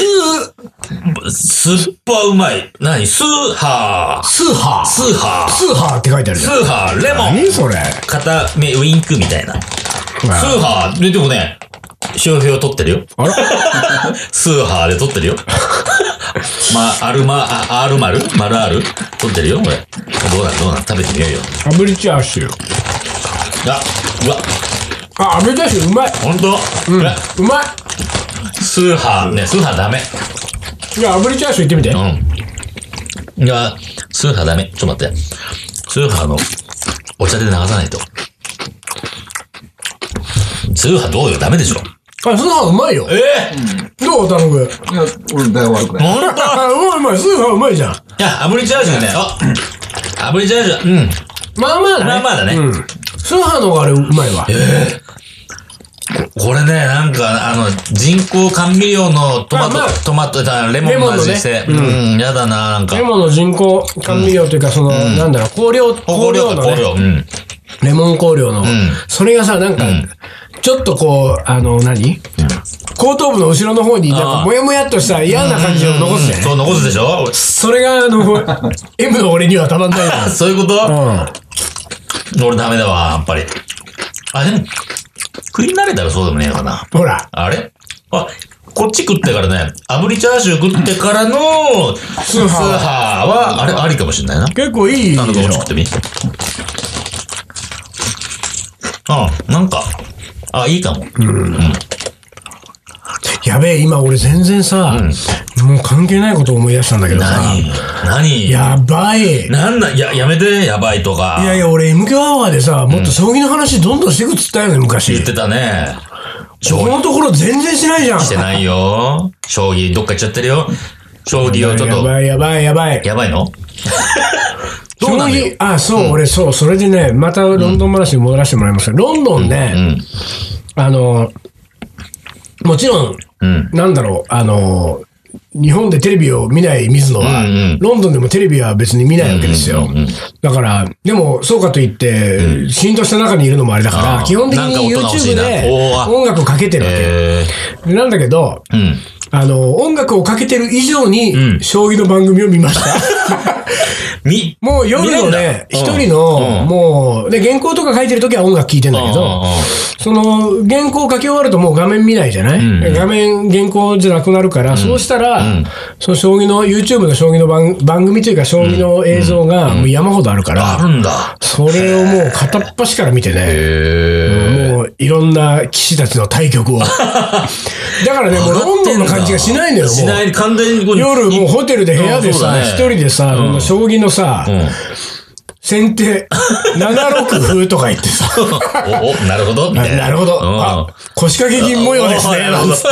Speaker 2: で酸っぱうまい。何スーハー。
Speaker 1: スーハー。
Speaker 2: スーハー。
Speaker 1: スーハーって書いてあるじ
Speaker 2: ス
Speaker 1: ゃん。
Speaker 2: ーハー、レモン。
Speaker 1: 何それ。
Speaker 2: 片目ウインクみたいな。スーハー、ででもね、商標取ってるよ。
Speaker 1: あら
Speaker 2: スーハーで取 ってるよ。まあ、アルマ、あ、アールマルマルアール取ってるよ、これ。どうだ、どうだ、食べてみようよ。
Speaker 1: 炙りチャーシュー。
Speaker 2: あ、うわ、
Speaker 1: あ、炙りチャーシューうまい。
Speaker 2: ほんと、うわ
Speaker 1: うまい。
Speaker 2: スーハー、ね、スーハーダメ。
Speaker 1: じゃあ炙りチャーシュー行ってみて。
Speaker 2: うん。いや、スーハーダメ。ちょっと待って。スーハーのお茶で流さないと。スーハーどうよダメでしょ
Speaker 1: あ、スーハーうまいよ。
Speaker 2: え
Speaker 1: どう田野君。
Speaker 3: いや、俺、だいぶ悪くない。
Speaker 2: ほんと
Speaker 1: あ、うまいうまい。スーハーうまいじゃん。
Speaker 2: いや、炙りチャーシューね。あ、炙りチャーシュー、うん。
Speaker 1: まあまあだね。
Speaker 2: まあまあだね
Speaker 1: うん。スーハーの方があれうまいわ。
Speaker 2: これね、なんか、あの、人工甘味料のトマト、
Speaker 1: まあまあ
Speaker 2: トマト、だレモンの味して。うん、やだな、なんか
Speaker 1: レ。モンの人工甘味料というか、その、なんだろう、香料、香料の
Speaker 2: 香
Speaker 1: ね、
Speaker 2: 料。うん。
Speaker 1: レモン香料の、それがさ、なんか、ちょっとこう、あの、何後頭部の後ろの方に、なん
Speaker 2: あ
Speaker 1: か、
Speaker 2: あ
Speaker 1: もやもやっとした嫌な感じを残すね。
Speaker 2: そう、残すでしょ
Speaker 1: それが、あの、M の俺にはたまんないよ。
Speaker 2: あそういうこと
Speaker 1: う
Speaker 2: 俺ダメだわ、やっぱり。あ、でも、食い慣れたらそうでもねえのかな。
Speaker 1: ん。ほら、
Speaker 2: あれあ、こっち食ってからね、炙りチャーシュー食ってからの、スー
Speaker 1: ーハー
Speaker 2: ハーは、あれ、ありかもしれないな。
Speaker 1: 結構いい
Speaker 2: なん
Speaker 1: でし
Speaker 2: か作
Speaker 1: ょ
Speaker 2: っ。てみ。ああ、なんか、あ、いいかも。
Speaker 1: やべえ、今俺全然さ、もう関係ないことを思い出したんだけどさ、
Speaker 2: 何何
Speaker 1: やばい。
Speaker 2: なんなん、や、やめて、やばいとか
Speaker 1: い。やいや、俺、MQ アワーでさ、もっと将棋の話どんどんしてくっつったよね、昔。
Speaker 2: 言ってたね。
Speaker 1: こ
Speaker 2: 将棋
Speaker 1: のところ全然しないじゃん。
Speaker 2: してないよ。将棋、どっか行っちゃってるよ。将棋をちょっ
Speaker 1: や
Speaker 2: と、
Speaker 1: ばいやばいやばい。
Speaker 2: やばいのどうなの
Speaker 1: 将
Speaker 2: よ
Speaker 1: 棋あ、そう、俺、そう、それでね、またロンドン話に戻らせてもらいますけど、ロンドンね、
Speaker 2: うん。
Speaker 1: あの、もちろん、
Speaker 2: うん。
Speaker 1: なんだろう、あの、日本でテレビを見ない水野は、
Speaker 2: うんうん
Speaker 1: ロンドンでもテレビは別に見ないわけですよ。
Speaker 2: うんうんうんうん
Speaker 1: だから、でも、そうかといって、浸透した中にいるのもあれだか
Speaker 2: あ
Speaker 1: ら、
Speaker 2: ー
Speaker 1: 基本的
Speaker 2: なんか
Speaker 1: に
Speaker 2: 大人欲し
Speaker 1: YouTube
Speaker 2: いな
Speaker 1: で
Speaker 2: おーあ
Speaker 1: 音楽をかけてるわけ。
Speaker 2: え
Speaker 1: なんだけど、
Speaker 2: ー、うん。
Speaker 1: あの、音楽をかけてる以上に、
Speaker 2: うん
Speaker 1: 将棋の番組を見まし た。
Speaker 2: み、
Speaker 1: もう夜の
Speaker 2: 見れんだ
Speaker 1: ね、一人の、
Speaker 2: うん
Speaker 1: もう、で、原稿とか書いてる時は音楽聴いてんだけ
Speaker 2: うんうん
Speaker 1: ど
Speaker 2: うん、
Speaker 1: その、原稿書き終わるともう画面見ないじゃない、
Speaker 2: うんうん
Speaker 1: 画面、原稿じゃなくなるから、そうしたら、
Speaker 2: うん
Speaker 1: その将棋の、YouTube の将棋の番番組というか、将棋の映像がもう山ほどあるから、
Speaker 2: あるんだ。
Speaker 1: それをもう片っ端から見てね、
Speaker 2: え
Speaker 1: もういろんな棋士たちの対局 を。だからね、もうロンドンの感じがしないのよ、もう。
Speaker 2: しない、完全にこう。
Speaker 1: 夜もうホテルで部屋でさ、
Speaker 2: うん
Speaker 1: 一
Speaker 2: そうだね
Speaker 1: 人でさ、
Speaker 2: うん
Speaker 1: 将棋のさ、
Speaker 2: うん。
Speaker 1: 先手7六歩とか言 ってさ、
Speaker 2: お、お、なるほど、みたいな。
Speaker 1: なるほど、
Speaker 2: うん
Speaker 1: あ、腰掛け金模様ですね、なんつって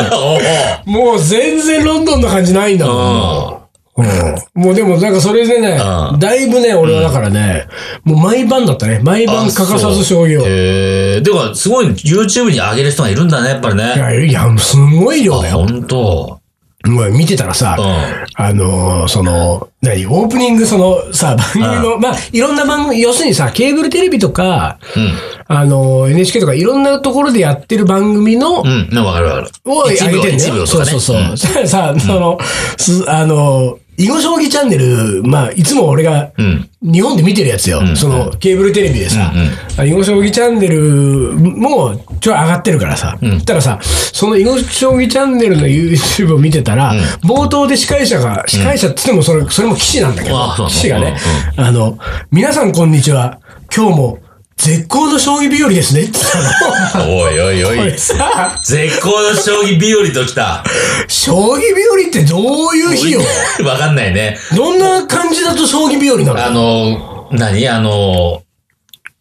Speaker 2: お
Speaker 1: もう全然ロンドンの感じないんだもん。
Speaker 2: おお
Speaker 1: うんもうでもなんかそれでね、
Speaker 2: うん
Speaker 1: だいぶね、俺はだからね、もう毎晩だったね。毎晩欠かさず将棋を。い
Speaker 2: へえ。でも、すごい YouTube に上げる人がいるんだね、やっぱりね。
Speaker 1: や、いや、すごい量だよ。
Speaker 2: ほんと。
Speaker 1: もう見てたらさ、
Speaker 2: うん
Speaker 1: あのーその、何、オープニングそのさ、番組の、まあ、いろんな番組、要するにさ、ケーブルテレビとか、
Speaker 2: う
Speaker 1: あのー NHK とかいろんなところでやってる番組の、
Speaker 2: ん。うん。ね、わかるわかる。
Speaker 1: を上げて
Speaker 2: 1
Speaker 1: る
Speaker 2: 秒、
Speaker 1: ね。
Speaker 2: 1秒と
Speaker 1: そ
Speaker 2: か
Speaker 1: う
Speaker 2: ね。
Speaker 1: そうそう。
Speaker 2: ん
Speaker 1: そしたらさ、その、すあのー囲碁将棋チャンネル、まあ、いつも俺が、
Speaker 2: うん。
Speaker 1: 日本で見てるやつよ。その、ケーブルテレビでさ、囲碁将棋チャンネルも、ちょい上がってるからさ、そしたらさ、その囲碁将棋チャンネルの YouTube を見てたら、冒頭で司会者が、司会者って言ってもそれ、それも棋士なんだけど、
Speaker 2: あそう
Speaker 1: 棋
Speaker 2: なの
Speaker 1: 士がね、あの、皆さんこんにちは、今日も絶好の将棋日和ですねって言 ったの。
Speaker 2: おいおいおい。
Speaker 1: 俺さ、
Speaker 2: 絶好の将棋日和ときた。
Speaker 1: 将棋日和ってどういう日よ。
Speaker 2: わかんないね。
Speaker 1: どんな感じだと将棋日和なの
Speaker 2: あの、何あの、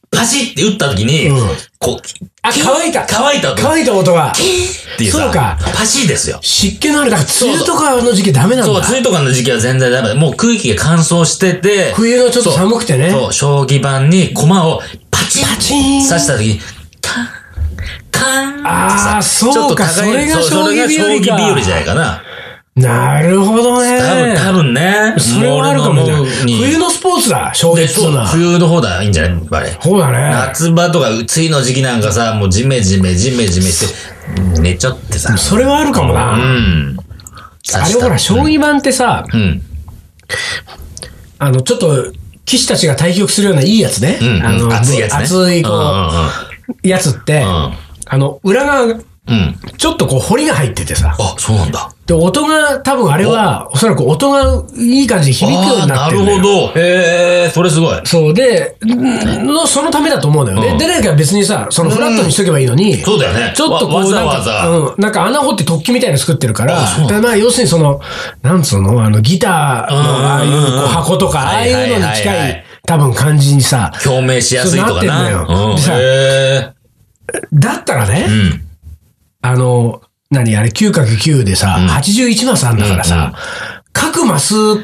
Speaker 2: パシって打った時に
Speaker 1: うん、
Speaker 2: こう、
Speaker 1: あ乾いた
Speaker 2: 乾いた音。
Speaker 1: 乾いた音が。
Speaker 2: っていうさ
Speaker 1: そうか
Speaker 2: パシですよ。
Speaker 1: 湿気のある、だから梅雨とかの時期ダメなん
Speaker 2: そう、
Speaker 1: だ。
Speaker 2: 梅雨とかの時期は全然ダメだ。もう空気が乾燥してて、
Speaker 1: 冬のちょっと寒くてね。
Speaker 2: そう、将棋盤に駒をパチン
Speaker 1: パチーン
Speaker 2: 刺した時に、カン、カン
Speaker 1: あー
Speaker 2: ってさちょっと
Speaker 1: そうか
Speaker 2: 高い
Speaker 1: それが
Speaker 2: そうそれが
Speaker 1: 将
Speaker 2: 将
Speaker 1: 棋
Speaker 2: 棋
Speaker 1: 日
Speaker 2: 日
Speaker 1: 和か
Speaker 2: 和じゃないかな。
Speaker 1: なるほどね。
Speaker 2: 多分、多分ね。
Speaker 1: それはあるかもね。
Speaker 2: 俺の思うに
Speaker 1: 冬のスポポーツだ、衝
Speaker 2: で、
Speaker 1: 撃
Speaker 2: そ
Speaker 1: そう
Speaker 2: う
Speaker 1: な。
Speaker 2: 冬の方だ、いいんじゃないバレー。
Speaker 1: そうだね。
Speaker 2: 夏場とか、梅雨の時期なんかさ、もうジメジメジメジメして、うん寝ちゃってさ。
Speaker 1: それはあるかも
Speaker 2: う
Speaker 1: な。
Speaker 2: ん。
Speaker 1: あれほら、将棋盤ってさ、
Speaker 2: うん。
Speaker 1: あの、ちょっと、棋士たちが対局するようないいやつね。
Speaker 2: うん。
Speaker 1: あの、
Speaker 2: 熱いやつね。
Speaker 1: 熱い、こ
Speaker 2: うんうん
Speaker 1: う、やつって、
Speaker 2: うん
Speaker 1: あの、裏側が、
Speaker 2: うん。うん。
Speaker 1: ちょっとこう、彫りが入っててさ。
Speaker 2: あ、そうなんだ。
Speaker 1: で、音が、多分あれは、おそらく音がいい感じで響くようになってるんだよ。
Speaker 2: あーなるほど。へえ、それすごい。
Speaker 1: そうで、んのそのためだと思うのよね。
Speaker 2: うん
Speaker 1: でなきゃ別にさ、そのフラットにしとけばいいのに、
Speaker 2: そうだよね。
Speaker 1: ちょっとこ
Speaker 2: わ
Speaker 1: う、
Speaker 2: ざ
Speaker 1: なん
Speaker 2: わざ。
Speaker 1: か、うん、なんか穴掘って突起みたいなの作ってるから
Speaker 2: あそうな、んだ
Speaker 1: でまあ要するにその、なんつうの、あのギターのああいう
Speaker 2: うんうんうん
Speaker 1: こう箱とか、ああ
Speaker 2: はいいは
Speaker 1: う
Speaker 2: いはいはい
Speaker 1: のに近い、多分感じにさ、
Speaker 2: 表明しやすいとか
Speaker 1: そ
Speaker 2: な。
Speaker 1: うなってんのよ
Speaker 2: うん
Speaker 1: でさ
Speaker 2: へ
Speaker 1: だったらね
Speaker 2: え。う、ん。
Speaker 1: あの、何あれ 9×9 でさ、
Speaker 2: うん
Speaker 1: 81マスあんだからさ、各マス、
Speaker 2: 音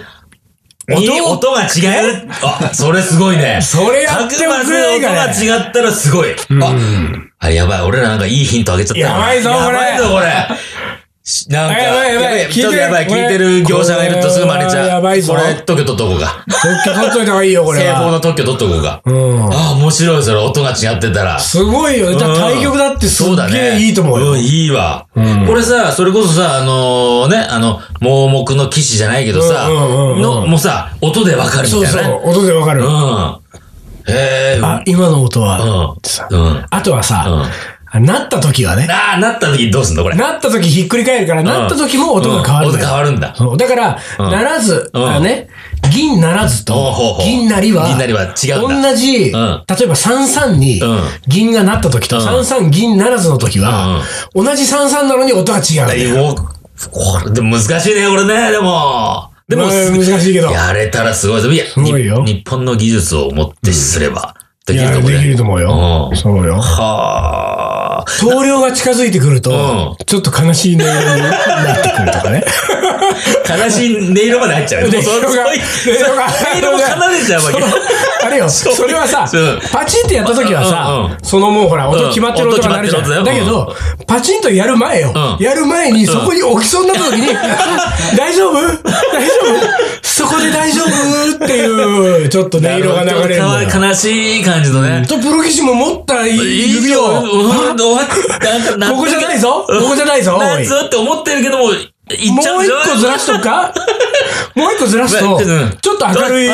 Speaker 2: 音が違う。あ、それすごいね。
Speaker 1: それやってもくれないかね
Speaker 2: 各マスの音が違ったらすごい。あ、あれやばい。俺らなんかいいヒントあげちゃったな。
Speaker 1: やばいぞこれ
Speaker 2: やばいぞ、これ。しなんか、
Speaker 1: やばいやばい
Speaker 2: ちょっとやばい。
Speaker 1: 聞いてる
Speaker 2: 聞いてる業者がいるとすぐ真似ちゃう。
Speaker 1: これやばいぞ
Speaker 2: これ、特許取っとこうか。
Speaker 1: 特許取っといた方がいいよ、これ
Speaker 2: 製法
Speaker 1: は。
Speaker 2: の特許取っとこうか。
Speaker 1: うん。
Speaker 2: あ、面白い。それ、音が違ってたら。
Speaker 1: すごいよね。だから対局だってすっ
Speaker 2: そうだ
Speaker 1: げ
Speaker 2: ね
Speaker 1: えいいと思うよ。
Speaker 2: んいいわ。
Speaker 1: ん
Speaker 2: これさ、それこそさ、あのね、あの、盲目の騎士じゃないけどさ、
Speaker 1: うんうんうんうん
Speaker 2: の、もうさ、音でわかるみたい
Speaker 1: そう
Speaker 2: なね。
Speaker 1: そう、音でわかる。
Speaker 2: うん。へえ、うん。
Speaker 1: あ、今の音は、
Speaker 2: うん
Speaker 1: ってさ
Speaker 2: うん。あ
Speaker 1: あとはさ、なった時はね、
Speaker 2: あ、なった時どうすんのこれ。
Speaker 1: なった時ひっくり返るから、なった時も音が変わる
Speaker 2: うん
Speaker 1: だ
Speaker 2: ん音
Speaker 1: よ
Speaker 2: 変わるんだ。
Speaker 1: そうだから、
Speaker 2: ん
Speaker 1: ならず、
Speaker 2: うん
Speaker 1: あね、銀ならず
Speaker 2: ほう
Speaker 1: と
Speaker 2: ほうほ、う
Speaker 1: 銀なりは、
Speaker 2: 銀なりは違うんだ
Speaker 1: 同じ、例え
Speaker 2: ん
Speaker 1: ば33に
Speaker 2: うん、
Speaker 1: 銀がなった時と、
Speaker 2: うん
Speaker 1: 33銀ならずの時は、同じ33なのに音が違うんだよ。
Speaker 2: おこれ、でも難しいね、これね、でも。でも、
Speaker 1: まあ難しいけど。
Speaker 2: やれたらすごいぞ。いや、
Speaker 1: ごいよ
Speaker 2: に日本の技術をもってすれば、で
Speaker 1: い
Speaker 2: きる
Speaker 1: や
Speaker 2: と
Speaker 1: で
Speaker 2: 思うね
Speaker 1: きると思うよ。
Speaker 2: うん
Speaker 1: そう よ。
Speaker 2: はあ。
Speaker 1: 投了が近づいてくると、
Speaker 2: う
Speaker 1: ちょっと悲しい内容になってくるとかね。
Speaker 2: 悲しい音色まで入っちゃう。
Speaker 1: 音色
Speaker 2: もうそ
Speaker 1: が
Speaker 2: そ
Speaker 1: 音
Speaker 2: う
Speaker 1: 色が
Speaker 2: 音色も奏でちゃうわけ。
Speaker 1: あれよ、それはさ
Speaker 2: そう、
Speaker 1: パチンってやった時は
Speaker 2: うん
Speaker 1: さ
Speaker 2: う、
Speaker 1: そのもうほら、
Speaker 2: う
Speaker 1: 音
Speaker 2: ん
Speaker 1: 決まってる音が鳴るじゃん。
Speaker 2: 音決ま
Speaker 1: だ
Speaker 2: って
Speaker 1: け
Speaker 2: る音だよ
Speaker 1: ど、パチンとやる前よ。
Speaker 2: うん
Speaker 1: やる前に、そこに起きそうになった時に、 大丈夫大丈夫そこで大丈夫っていう、ちょっと音色が流れるのよ
Speaker 2: かわ悲しい感じのね。
Speaker 1: と、プロ棋士も持った指
Speaker 2: よ
Speaker 1: を、
Speaker 2: うん終わった。なんか
Speaker 1: ここじゃないぞ
Speaker 2: うん
Speaker 1: ここじゃないぞお
Speaker 2: ないずって思ってるけども、いっちゃ
Speaker 1: も
Speaker 2: う
Speaker 1: う一
Speaker 2: でしょ
Speaker 1: 個ずらしとくかもう一個ずらすと
Speaker 2: うん、
Speaker 1: ちょっと明るい。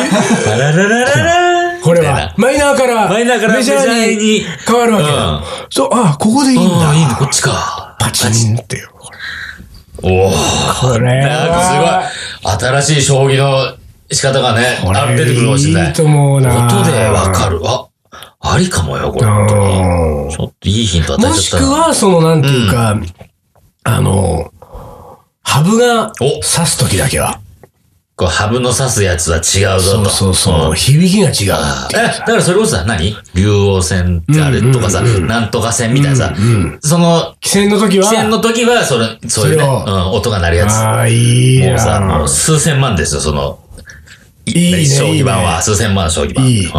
Speaker 2: パラララララ
Speaker 1: これ
Speaker 2: みたい
Speaker 1: は
Speaker 2: な、
Speaker 1: マイナーから、
Speaker 2: マイナーから
Speaker 1: メジャ
Speaker 2: メ
Speaker 1: ーに
Speaker 2: ジャーに
Speaker 1: 変わるわけだ。そう、あ、ここでいいんだ。
Speaker 2: うんいいね、こっちか。
Speaker 1: パチンっていう。
Speaker 2: おお。
Speaker 1: これ
Speaker 2: なんか
Speaker 1: は、
Speaker 2: すごい。新しい将棋の仕方がね、
Speaker 1: これ
Speaker 2: あ出てくるかもしれない。
Speaker 1: いいと思うな
Speaker 2: 音でわかる。あ、ありかもよ、これ。本当に
Speaker 1: うん
Speaker 2: ちょっといいヒント与え
Speaker 1: もし
Speaker 2: ち
Speaker 1: く
Speaker 2: ゃったな。
Speaker 1: は、その、なんていうか、あの、ハブが刺
Speaker 2: お
Speaker 1: すときだけは。
Speaker 2: こうハブの刺すやつは違うぞ
Speaker 1: そ
Speaker 2: と。
Speaker 1: うそうそう。
Speaker 2: ん
Speaker 1: 響きが違うっ
Speaker 2: え、
Speaker 1: ていう
Speaker 2: だからそれこそさ、何竜王戦ってあれとかさ、なんとか戦みたいなさ、その、
Speaker 1: 棋戦の時
Speaker 2: 棋戦
Speaker 1: は、
Speaker 2: の時は、それ、そういうね、
Speaker 1: それ
Speaker 2: う
Speaker 1: を
Speaker 2: ん、音が鳴るやつ。
Speaker 1: ああ、いい
Speaker 2: もうさ、も
Speaker 1: な
Speaker 2: う。数千万ですよ、その、
Speaker 1: いいね
Speaker 2: 将棋盤
Speaker 1: いい
Speaker 2: は、
Speaker 1: ね
Speaker 2: 数千万の将棋盤。
Speaker 1: いい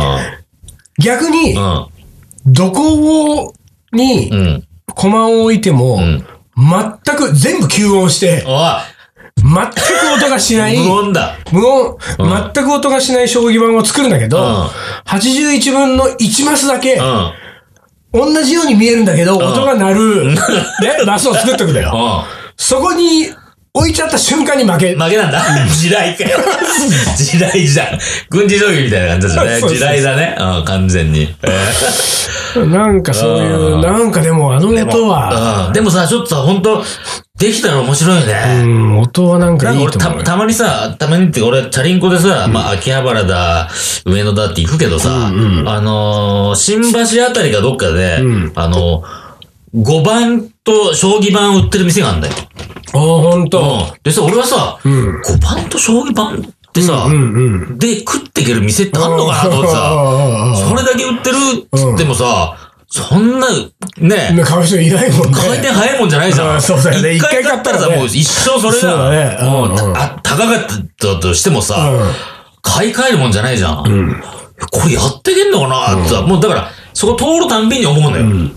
Speaker 1: 逆に
Speaker 2: う、ん。
Speaker 1: どこを、に
Speaker 2: う、ん。うん。
Speaker 1: 駒を置いても、
Speaker 2: ん
Speaker 1: 全く、全部吸音して、
Speaker 2: おい
Speaker 1: 全く音がしない、
Speaker 2: 無音だ。
Speaker 1: 無音、
Speaker 2: ん
Speaker 1: 全く音がしない将棋盤を作るんだけど、
Speaker 2: うん
Speaker 1: 81分の1マスだけ
Speaker 2: う、ん。
Speaker 1: 同じように見えるんだけど、音が鳴る、ね、マスを作っとくんだよ。
Speaker 2: う
Speaker 1: そこに置いちゃった瞬間に負け。
Speaker 2: ん。負けなんだ。地雷かよ。地雷じゃん。軍事将棋みたいな感じだよね。
Speaker 1: そうそうそう
Speaker 2: 地雷だね。うん、完全に。えー
Speaker 1: なんかそういう、
Speaker 2: うん
Speaker 1: なんかでもあの
Speaker 2: でも
Speaker 1: 音は、
Speaker 2: うん。でもさ、ちょっとさ、本当できたら面白いよ
Speaker 1: う
Speaker 2: ね。
Speaker 1: ん、音はなんか
Speaker 2: なん
Speaker 1: い
Speaker 2: か
Speaker 1: い
Speaker 2: 俺
Speaker 1: と
Speaker 2: た
Speaker 1: 思うよ。
Speaker 2: たまにさ、たまにって俺、チャリンコでさ、まあ、秋葉原だ、上野だって行くけどさ、あのー新橋あたりかどっかで、あのー、5番と将棋盤売ってる店があるんだよ。
Speaker 1: あ、ほんと。
Speaker 2: うん。でさ、俺はさ、
Speaker 1: ん
Speaker 2: 5番と将棋盤ってさ、
Speaker 1: うんうん。
Speaker 2: で、食っていける店ってあんのかなと思ってさ、それだけ売ってるっつってもさ、そんな、ね、
Speaker 1: 買う人いないもんね。
Speaker 2: 回転早いもんじゃないじゃ
Speaker 1: うん
Speaker 2: ん。
Speaker 1: そうだよね
Speaker 2: 一回買ったら
Speaker 1: 一回買ったら
Speaker 2: さ、
Speaker 1: ね
Speaker 2: もう一生それ
Speaker 1: そうだね
Speaker 2: だ。も
Speaker 1: うん
Speaker 2: う
Speaker 1: うん
Speaker 2: たあ高かったとしても
Speaker 1: う
Speaker 2: さ
Speaker 1: ん、
Speaker 2: 買い替えるもんじゃないじゃん。これやってけんのかなってさ、もうだから、そこ通るたんびに思うのよ。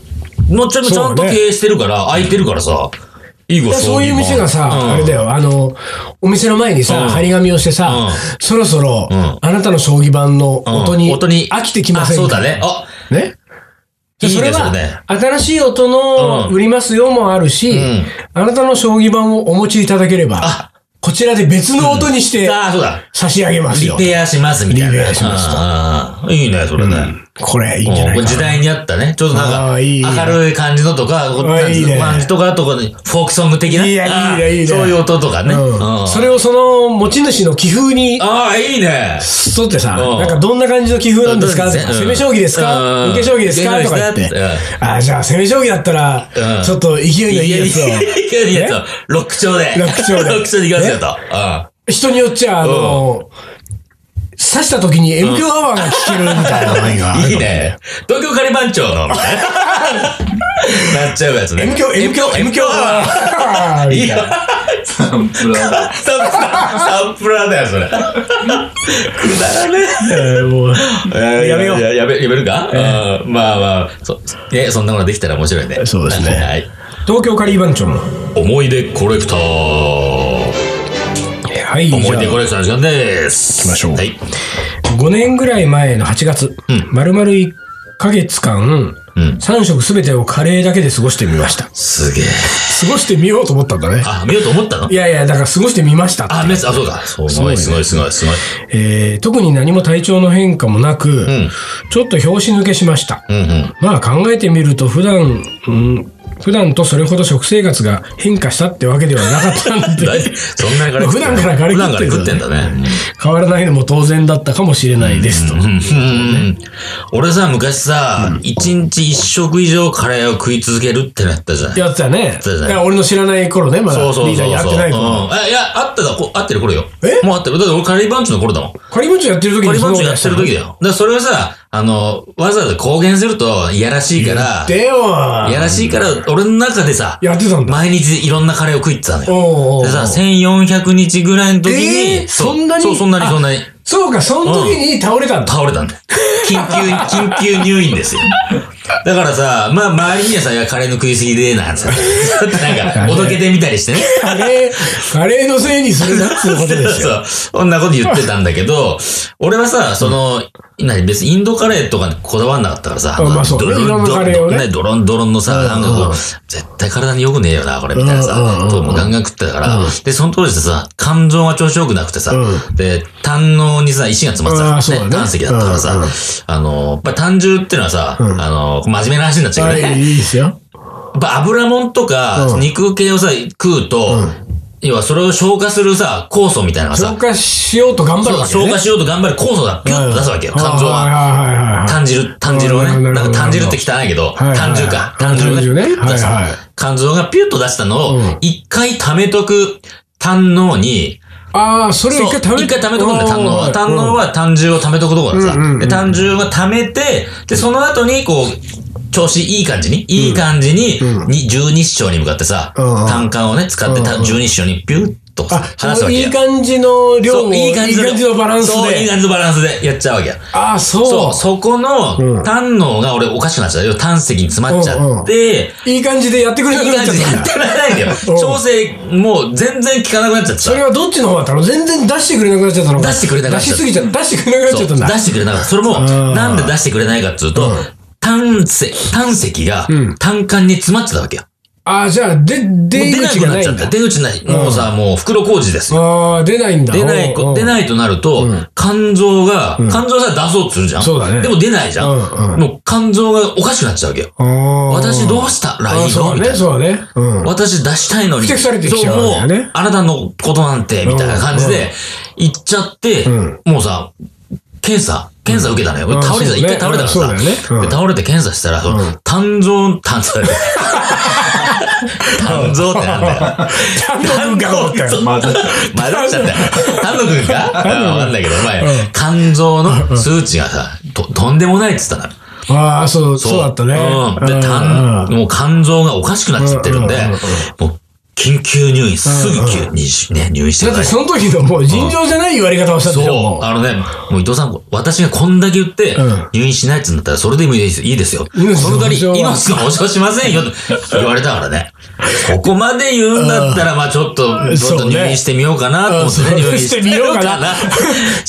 Speaker 2: もうちゃんとちゃんと
Speaker 1: そうだ
Speaker 2: 経
Speaker 1: ね
Speaker 2: 営してるから、空いてるからさ、いいご
Speaker 1: だからそういう店がさ、あれだ
Speaker 2: よ。
Speaker 1: よ、あの、お店の前に
Speaker 2: う
Speaker 1: さ、
Speaker 2: ん
Speaker 1: 張り紙をしてさ
Speaker 2: うん、
Speaker 1: そろそろ、
Speaker 2: ん
Speaker 1: あなたの将棋盤の
Speaker 2: うん
Speaker 1: 音に
Speaker 2: 音に
Speaker 1: 飽きてきま
Speaker 2: あ、
Speaker 1: せんか
Speaker 2: そうだね。あ、
Speaker 1: ね
Speaker 2: いい
Speaker 1: それ
Speaker 2: ですよ
Speaker 1: は
Speaker 2: ね。、
Speaker 1: 新しい音の
Speaker 2: うん
Speaker 1: 売りますよもあるし
Speaker 2: ん、
Speaker 1: あなたの将棋盤をお持ちいただければ
Speaker 2: あ、
Speaker 1: こちらで別の音にして
Speaker 2: あ、そうだ。
Speaker 1: 差し上げます
Speaker 2: リ
Speaker 1: よ。
Speaker 2: ペアしますみたいな。
Speaker 1: リペアしますと
Speaker 2: ああ、いいね、それね。
Speaker 1: これ、いいんじゃない
Speaker 2: もう
Speaker 1: か
Speaker 2: 時
Speaker 1: な。
Speaker 2: 代に合ったね。ちょっとなん
Speaker 1: あ
Speaker 2: か、
Speaker 1: ーいい
Speaker 2: 明るい感じのとか、こう
Speaker 1: あーいいね
Speaker 2: 感じとか、とかね、フォークソング的な。
Speaker 1: いいねいいね
Speaker 2: あー
Speaker 1: いいね
Speaker 2: そういう音とかね。
Speaker 1: う
Speaker 2: うんん
Speaker 1: それをその持ち主の気風に
Speaker 2: ああ、いいね。
Speaker 1: そうってさ、
Speaker 2: うん
Speaker 1: なんかどんな感じの棋風なんですか
Speaker 2: うん
Speaker 1: とか攻め将棋ですか
Speaker 2: うん
Speaker 1: 受け将棋ですか
Speaker 2: 受
Speaker 1: と
Speaker 2: け
Speaker 1: か
Speaker 2: 将
Speaker 1: 言って
Speaker 2: 棋ですかって。
Speaker 1: ああ、じゃあ攻め将棋だったら
Speaker 2: う、ん
Speaker 1: ちょっと勢いのいいやつを。
Speaker 2: いいやつを
Speaker 1: ね
Speaker 2: ロック調で。
Speaker 1: ロック調で
Speaker 2: ロック調でいきますよと。あ
Speaker 1: 人によっちゃ、あの、刺した時に M 響アワーが聞けるみたいなのがあ
Speaker 2: あ
Speaker 1: る
Speaker 2: いいね。東京カリバン町の、みたい な。なっちゃうやつね。
Speaker 1: M 響、M 響、M 響アワー
Speaker 2: い
Speaker 1: み
Speaker 2: い
Speaker 1: た
Speaker 2: よ
Speaker 1: いな。
Speaker 3: サン
Speaker 2: サン
Speaker 3: プラー。
Speaker 2: プラー、サンプラーだよ、それ。くだらね
Speaker 1: えーもう
Speaker 2: え。
Speaker 1: やめよう
Speaker 2: いややめ、やめるかうんまあまあ、そ、ね、そんなものできたら面白いね。
Speaker 1: そうですね
Speaker 2: はい。
Speaker 1: 東京カリー番長の。は
Speaker 2: 思い出コレクター。
Speaker 1: い、じゃあ
Speaker 2: 思い出コレクターの時間で
Speaker 1: 行
Speaker 2: す。
Speaker 1: きましょう
Speaker 2: はい。
Speaker 1: 5年ぐらい前の8月、丸々1ヶ月間、
Speaker 2: うん
Speaker 1: 3食すべてをカレーだけで過ごしてみました。
Speaker 2: すげえ。
Speaker 1: 過ごしてみようと思ったんだね。
Speaker 2: あ、見ようと思ったの
Speaker 1: いやいや、だから過ごしてみましたって。
Speaker 2: あ、メス、あ、そうだ。すごい、すごい、すごい、すごい。
Speaker 1: えー特に何も体調の変化もなく、
Speaker 2: ん
Speaker 1: ちょっと拍子抜けしました。
Speaker 2: うんうん。
Speaker 1: まあ考えてみると普段、うん、普段とそれほど食生活が変化したってわけではなかったんで
Speaker 2: 大丈夫そんなにカレー
Speaker 1: 普段からカレー
Speaker 2: 普段から食ってんだね。
Speaker 1: 変わらないのも当然だったかもしれないですと。
Speaker 2: うん俺さ、昔さ、一日一食以上カレーを食い続けるってなったじゃない
Speaker 1: やってたね。
Speaker 2: てたね
Speaker 1: いや俺の知らない頃ね、まだリ
Speaker 2: そうそうそうそう。
Speaker 1: ーダーに会ってない頃。
Speaker 2: うんえいや、会ってた、こ会ってる頃よ。
Speaker 1: え
Speaker 2: もう会ってる。だって俺カレーバンチの頃だもん。
Speaker 1: カリブンチやってる時に
Speaker 2: カレー
Speaker 1: そ
Speaker 2: バ
Speaker 1: の
Speaker 2: ンチやってる時だよ。だからそれはさ、あの、わざわざ公言すると、いやらしいから、
Speaker 1: で
Speaker 2: いや
Speaker 1: よ
Speaker 2: らしいから、俺の中でさ、
Speaker 1: やってたんだ。
Speaker 2: 毎日いろんなカレーを食いってたのよ。
Speaker 1: おうおうおう
Speaker 2: でさ、1400日ぐらいの時
Speaker 1: えー
Speaker 2: に、う
Speaker 1: そんなに
Speaker 2: そう、そんなにそんなに
Speaker 1: そうか、その時に倒れたんだ。
Speaker 2: 倒れたんだよ。緊急、 緊急入院ですよ。だからさ、まあ周りにはさ、いやカレーの食いすぎで、なんてさ、 ちょっとなんか、おどけてみたりしてね。
Speaker 1: カレー、カレーのせいにするなっていうことですよ。
Speaker 2: そうそう。そんなこと言ってたんだけど、俺はさ、その、何、別にインドカレーとかにこだわんなかったからさ、
Speaker 1: あまあそう
Speaker 2: ドロ
Speaker 1: いろん
Speaker 2: ン
Speaker 1: な
Speaker 2: ド
Speaker 1: カレーをね
Speaker 2: ロン、ドロンドロンのさ、なんか
Speaker 1: うん
Speaker 2: こ
Speaker 1: うん
Speaker 2: う、絶対体に良くねえよな、これ、みたい
Speaker 1: う
Speaker 2: な
Speaker 1: んうんう
Speaker 2: さ
Speaker 1: ん、
Speaker 2: ともガンガン食ってたから、で、その当時さ、肝臓が調子良くなくてさ、
Speaker 1: う
Speaker 2: で、胆のにさ、石が詰まって
Speaker 1: あー
Speaker 2: た
Speaker 1: そう
Speaker 2: ね
Speaker 1: だね
Speaker 2: 胆石だったか
Speaker 1: う
Speaker 2: ら
Speaker 1: んうん
Speaker 2: さ、あの、やっぱ胆汁ってのはさ、あの、真面目な話になっちゃう
Speaker 1: は
Speaker 2: けどね
Speaker 1: い、。いいですよ。
Speaker 2: やっぱ油もんと
Speaker 1: う
Speaker 2: か、
Speaker 1: ん
Speaker 2: 肉系をさ、食うと、要はそれを消化するさ、酵素みたいなのが
Speaker 1: 消
Speaker 2: さ、
Speaker 1: 化しようと頑張る
Speaker 2: そう
Speaker 1: わけね。
Speaker 2: 消化しようと頑張る酵素がピュッと出すわけよ、肝臓は。
Speaker 1: はいはいはいはい。
Speaker 2: 炭汁、炭汁を
Speaker 1: なるほど
Speaker 2: ね。
Speaker 1: な
Speaker 2: な
Speaker 1: るほど
Speaker 2: んか炭汁って汚いけど、
Speaker 1: いはい
Speaker 2: 炭汁か。
Speaker 1: はい
Speaker 2: 炭汁
Speaker 1: 炭汁ねは
Speaker 2: ね。
Speaker 1: いはい
Speaker 2: 出す肝臓がピュッと出したの
Speaker 1: うん
Speaker 2: を、一回溜めとく胆のに、
Speaker 1: ああ、それを
Speaker 2: そう
Speaker 1: 一回食べ
Speaker 2: 一回溜めとくんだよ、胆の
Speaker 1: おー
Speaker 2: は。胆のは胆汁を溜めとくとこだから
Speaker 1: うんうんう
Speaker 2: さ。
Speaker 1: ん
Speaker 2: で、胆汁は溜めて、で、その後に、こう、調子いい感じに、いい感じに、に十二指腸に向かってさ、
Speaker 1: うんうん
Speaker 2: 胆管をね、使ってた十二指腸にピュッとさ
Speaker 1: あ、
Speaker 2: 離
Speaker 1: そ
Speaker 2: すわ
Speaker 1: の
Speaker 2: け
Speaker 1: い
Speaker 2: よ
Speaker 1: い。感じの量
Speaker 2: そ
Speaker 1: を、
Speaker 2: う、
Speaker 1: いい感じのバランス
Speaker 2: そう、いい
Speaker 1: で。
Speaker 2: 感じのバランスでやっちゃうわけよ。
Speaker 1: ああ、
Speaker 2: そ、
Speaker 1: そう
Speaker 2: そこ
Speaker 1: うん
Speaker 2: の、胆のが俺おかしくなっちゃうよ。胆石に詰まっちゃって、
Speaker 1: う。いい感じでやってくれないく
Speaker 2: い
Speaker 1: なっ
Speaker 2: 感
Speaker 1: ちゃっ
Speaker 2: じで
Speaker 1: た
Speaker 2: や
Speaker 1: ん
Speaker 2: っ
Speaker 1: だ。
Speaker 2: てられないんだよ。
Speaker 1: うん
Speaker 2: 調整、もう全然効かなくなっちゃって
Speaker 1: そ
Speaker 2: さ
Speaker 1: れ。はどっちの方だったの全然出してくれなくなっちゃったのか
Speaker 2: 出してくれなくなっちゃ
Speaker 1: 出
Speaker 2: った
Speaker 1: しすぎちゃった。出してくれなくなっちゃったんだ。
Speaker 2: そう出してくれなかった。それも、
Speaker 1: ん
Speaker 2: なんで出してくれないかっていうと、胆石、胆石が
Speaker 1: うん、
Speaker 2: 胆管に詰まってたわけよ。
Speaker 1: ああ、じゃあ、で、
Speaker 2: もう
Speaker 1: 出
Speaker 2: 出な
Speaker 1: 口
Speaker 2: く
Speaker 1: が
Speaker 2: な
Speaker 1: な
Speaker 2: っ
Speaker 1: い
Speaker 2: ちゃ
Speaker 1: ん
Speaker 2: った。
Speaker 1: だ。
Speaker 2: 出口ない。もうさ、もう袋工事ですよ。
Speaker 1: ああ、出ないんだ。
Speaker 2: 出ない、
Speaker 1: おうおう
Speaker 2: 出ないとなると、肝臓が、肝臓さ、出そうとするじゃん。
Speaker 1: そうだね
Speaker 2: でも出ないじゃ
Speaker 1: うんうん
Speaker 2: ん。もう肝臓がおかしくなっちゃうわけよ。
Speaker 1: ああ
Speaker 2: 私どうしたら
Speaker 1: あ
Speaker 2: い
Speaker 1: あ
Speaker 2: い
Speaker 1: そう
Speaker 2: の
Speaker 1: だ
Speaker 2: みたい
Speaker 1: ね、
Speaker 2: な。
Speaker 1: そうだね。うん。
Speaker 2: 私出したいのに。
Speaker 1: ふてくされてきちゃうわけだよね
Speaker 2: そうもう、あなたのことなんて、みたいな感じ
Speaker 1: うんう
Speaker 2: で、行っちゃって、
Speaker 1: ん
Speaker 2: もうさ、検査、検査受けたのよ。
Speaker 1: ん
Speaker 2: 俺倒れて
Speaker 1: あ
Speaker 2: た、
Speaker 1: そう
Speaker 2: 一
Speaker 1: ね
Speaker 2: 回倒れたか
Speaker 1: そうだ
Speaker 2: ら
Speaker 1: よ
Speaker 2: さ、
Speaker 1: ねうん
Speaker 2: で倒れて検査したら、その肝臓、肝臓、肝臓ってなんだよ。
Speaker 1: 単独が思ったよ。
Speaker 3: まず、
Speaker 2: 混ざっちゃったよ。丹野くんかわかんないけど、お前、肝臓の数値がさ、と、とんでもないって言ったのよ。
Speaker 1: ああ、そう、そうだったね。
Speaker 2: うん。で、
Speaker 1: うん
Speaker 2: 肝、もう肝臓がおかしくなっちゃってるんで
Speaker 1: うんうんうん、
Speaker 2: もう、緊急入院、すぐ急にしね、入院して
Speaker 1: だ
Speaker 2: く
Speaker 1: っ
Speaker 2: だ
Speaker 1: て
Speaker 2: さい。
Speaker 1: その時のもう尋常じゃない言われ方をしたんでしょ
Speaker 2: そ
Speaker 1: も
Speaker 2: う。あのね、もう伊藤さん、私がこんだけ言って
Speaker 1: うん、
Speaker 2: 入院しないって言うんだったら、それでもいいですいいですよ。そ
Speaker 1: いいですよ
Speaker 2: の代わり、
Speaker 1: 保証は
Speaker 2: 命の保証しませんよと言われたからね。ここまで言うんだったら、まあちょっと、ちょっ
Speaker 1: そ
Speaker 2: と
Speaker 1: うね
Speaker 2: 入院してみようかなと思って
Speaker 1: うん
Speaker 2: ね、入院
Speaker 1: してみようかな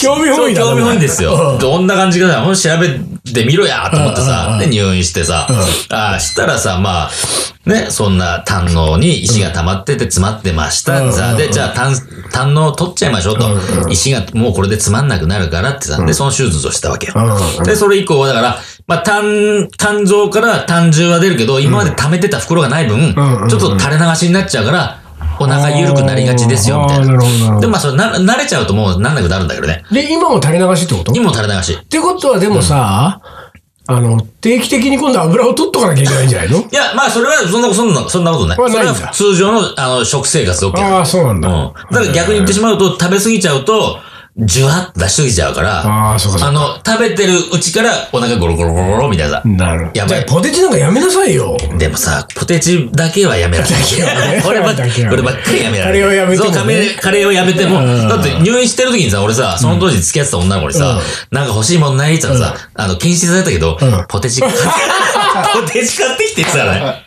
Speaker 1: 興味本位だな
Speaker 2: そう興味本位ですよ。どんな感じかな、もう調べてみろやと思って
Speaker 1: うんうん
Speaker 2: さ、で、入院してさ、ああ、したらさ、まあ、ね、そんな胆のに石が溜まってて詰まってましたって
Speaker 1: うんうん
Speaker 2: さ、
Speaker 1: うん
Speaker 2: で、じゃあ胆、胆のを取っちゃいましょうと。石がもうこれで詰まんなくなるからってさ、で、その手術をしたわけよ。
Speaker 1: うん
Speaker 2: で、それ以降はだから、まあ、胆、肝臓から胆汁は出るけど、今まで溜めてた袋がない分、ち
Speaker 1: うんうん
Speaker 2: ょっと垂れ流しになっちゃうから、お腹緩くなりがちですよ、みたい
Speaker 1: あーな
Speaker 2: な。
Speaker 1: るほどなるほど
Speaker 2: で、まあ、それな、慣れちゃうともうなんなくなるんだけどね。
Speaker 1: で、今も垂れ流しってことっ
Speaker 2: 今も垂れ流し。
Speaker 1: てことはでもさ、あの、定期的に今度油を取っとかなきゃいけないんじゃないの
Speaker 2: いや、まあ、それは、そんな、そんな、そんなことない。
Speaker 1: これ
Speaker 2: そ
Speaker 1: はない
Speaker 2: れ
Speaker 1: んだ
Speaker 2: は通常の、あの、食生活で OK なの
Speaker 1: ああ、そうなんだ。
Speaker 2: うん。だから逆に言ってしまうと、食べ過ぎちゃうと、ジュワッと出しすぎちゃうから、
Speaker 1: あーそうかそう
Speaker 2: の、食べてるうちからお腹ゴロゴロゴロゴロみたいな。
Speaker 1: なる。じゃあ
Speaker 2: やばい
Speaker 1: ポテチなんかやめなさいよ。
Speaker 2: でもさ、ポテチだけはやめられない。
Speaker 1: はね
Speaker 2: こればっか
Speaker 1: だけ
Speaker 2: り、
Speaker 1: はね
Speaker 2: こればっかりやめられない。
Speaker 1: カレーをやめてもね
Speaker 2: そう、カレーカレーをやめても。だって入院してる時にさ、俺さ、その当時付き合ってた女の子にさ、なんか欲しいもんないって言ったらさ、あの、禁止されたけど、
Speaker 1: ん
Speaker 2: ポテチ買って、ポテチ買ってきてって言ってたからね。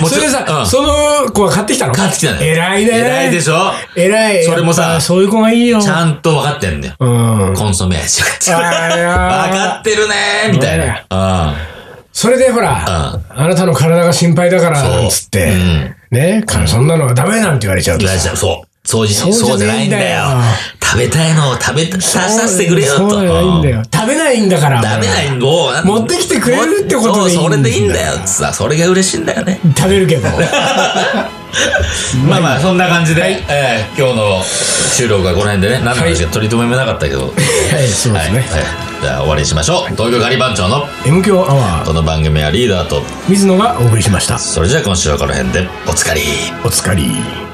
Speaker 2: もうち
Speaker 1: それ
Speaker 2: ょ
Speaker 1: でさ、
Speaker 2: うん
Speaker 1: その子は買ってきたの
Speaker 2: 買ってきたのよ
Speaker 1: 偉いね。
Speaker 2: 偉いでしょ
Speaker 1: 偉い。
Speaker 2: それもさ
Speaker 1: やっぱそういう子がいいよ。
Speaker 2: ちゃんと分かってんだよ。
Speaker 1: うん。
Speaker 2: コンソメ味とかって。分
Speaker 1: あーいやー
Speaker 2: かってるねー、みたい
Speaker 1: ね
Speaker 2: な。うん。
Speaker 1: それでほら、あなたの体が心配だから、
Speaker 2: そう
Speaker 1: なんつって、ね、かそんなのはダメなんて言われちゃうと
Speaker 2: 言われち
Speaker 1: さ。
Speaker 2: ゃう。そう。そうじ
Speaker 1: そうじゃ
Speaker 2: そうじゃないんだよ
Speaker 1: ねえんだよ。
Speaker 2: 食べたいのを食べた、ささせてくれよ
Speaker 1: そう
Speaker 2: と。
Speaker 1: そうじゃないんだよ。食べないんだから。。
Speaker 2: 食べないいのを
Speaker 1: 持ってきてくれるってことでいいんだよ
Speaker 2: そうそれでいいんだよってさ、それが嬉しいんだよね。
Speaker 1: 食べるけど。
Speaker 2: まあまあ、そんな感じで、えー今日の収録はこの辺でね、何の話か取り留めもなかったけど。はい、
Speaker 1: はい、そうですね。
Speaker 2: はいじゃあ終わりにしましょう。東京ガリバン長の
Speaker 1: M 強アワー、
Speaker 2: この番組はリーダーと、
Speaker 1: 水野がお送りしました。
Speaker 2: それじゃあ今週はこの辺でおつかり。
Speaker 1: お疲れ。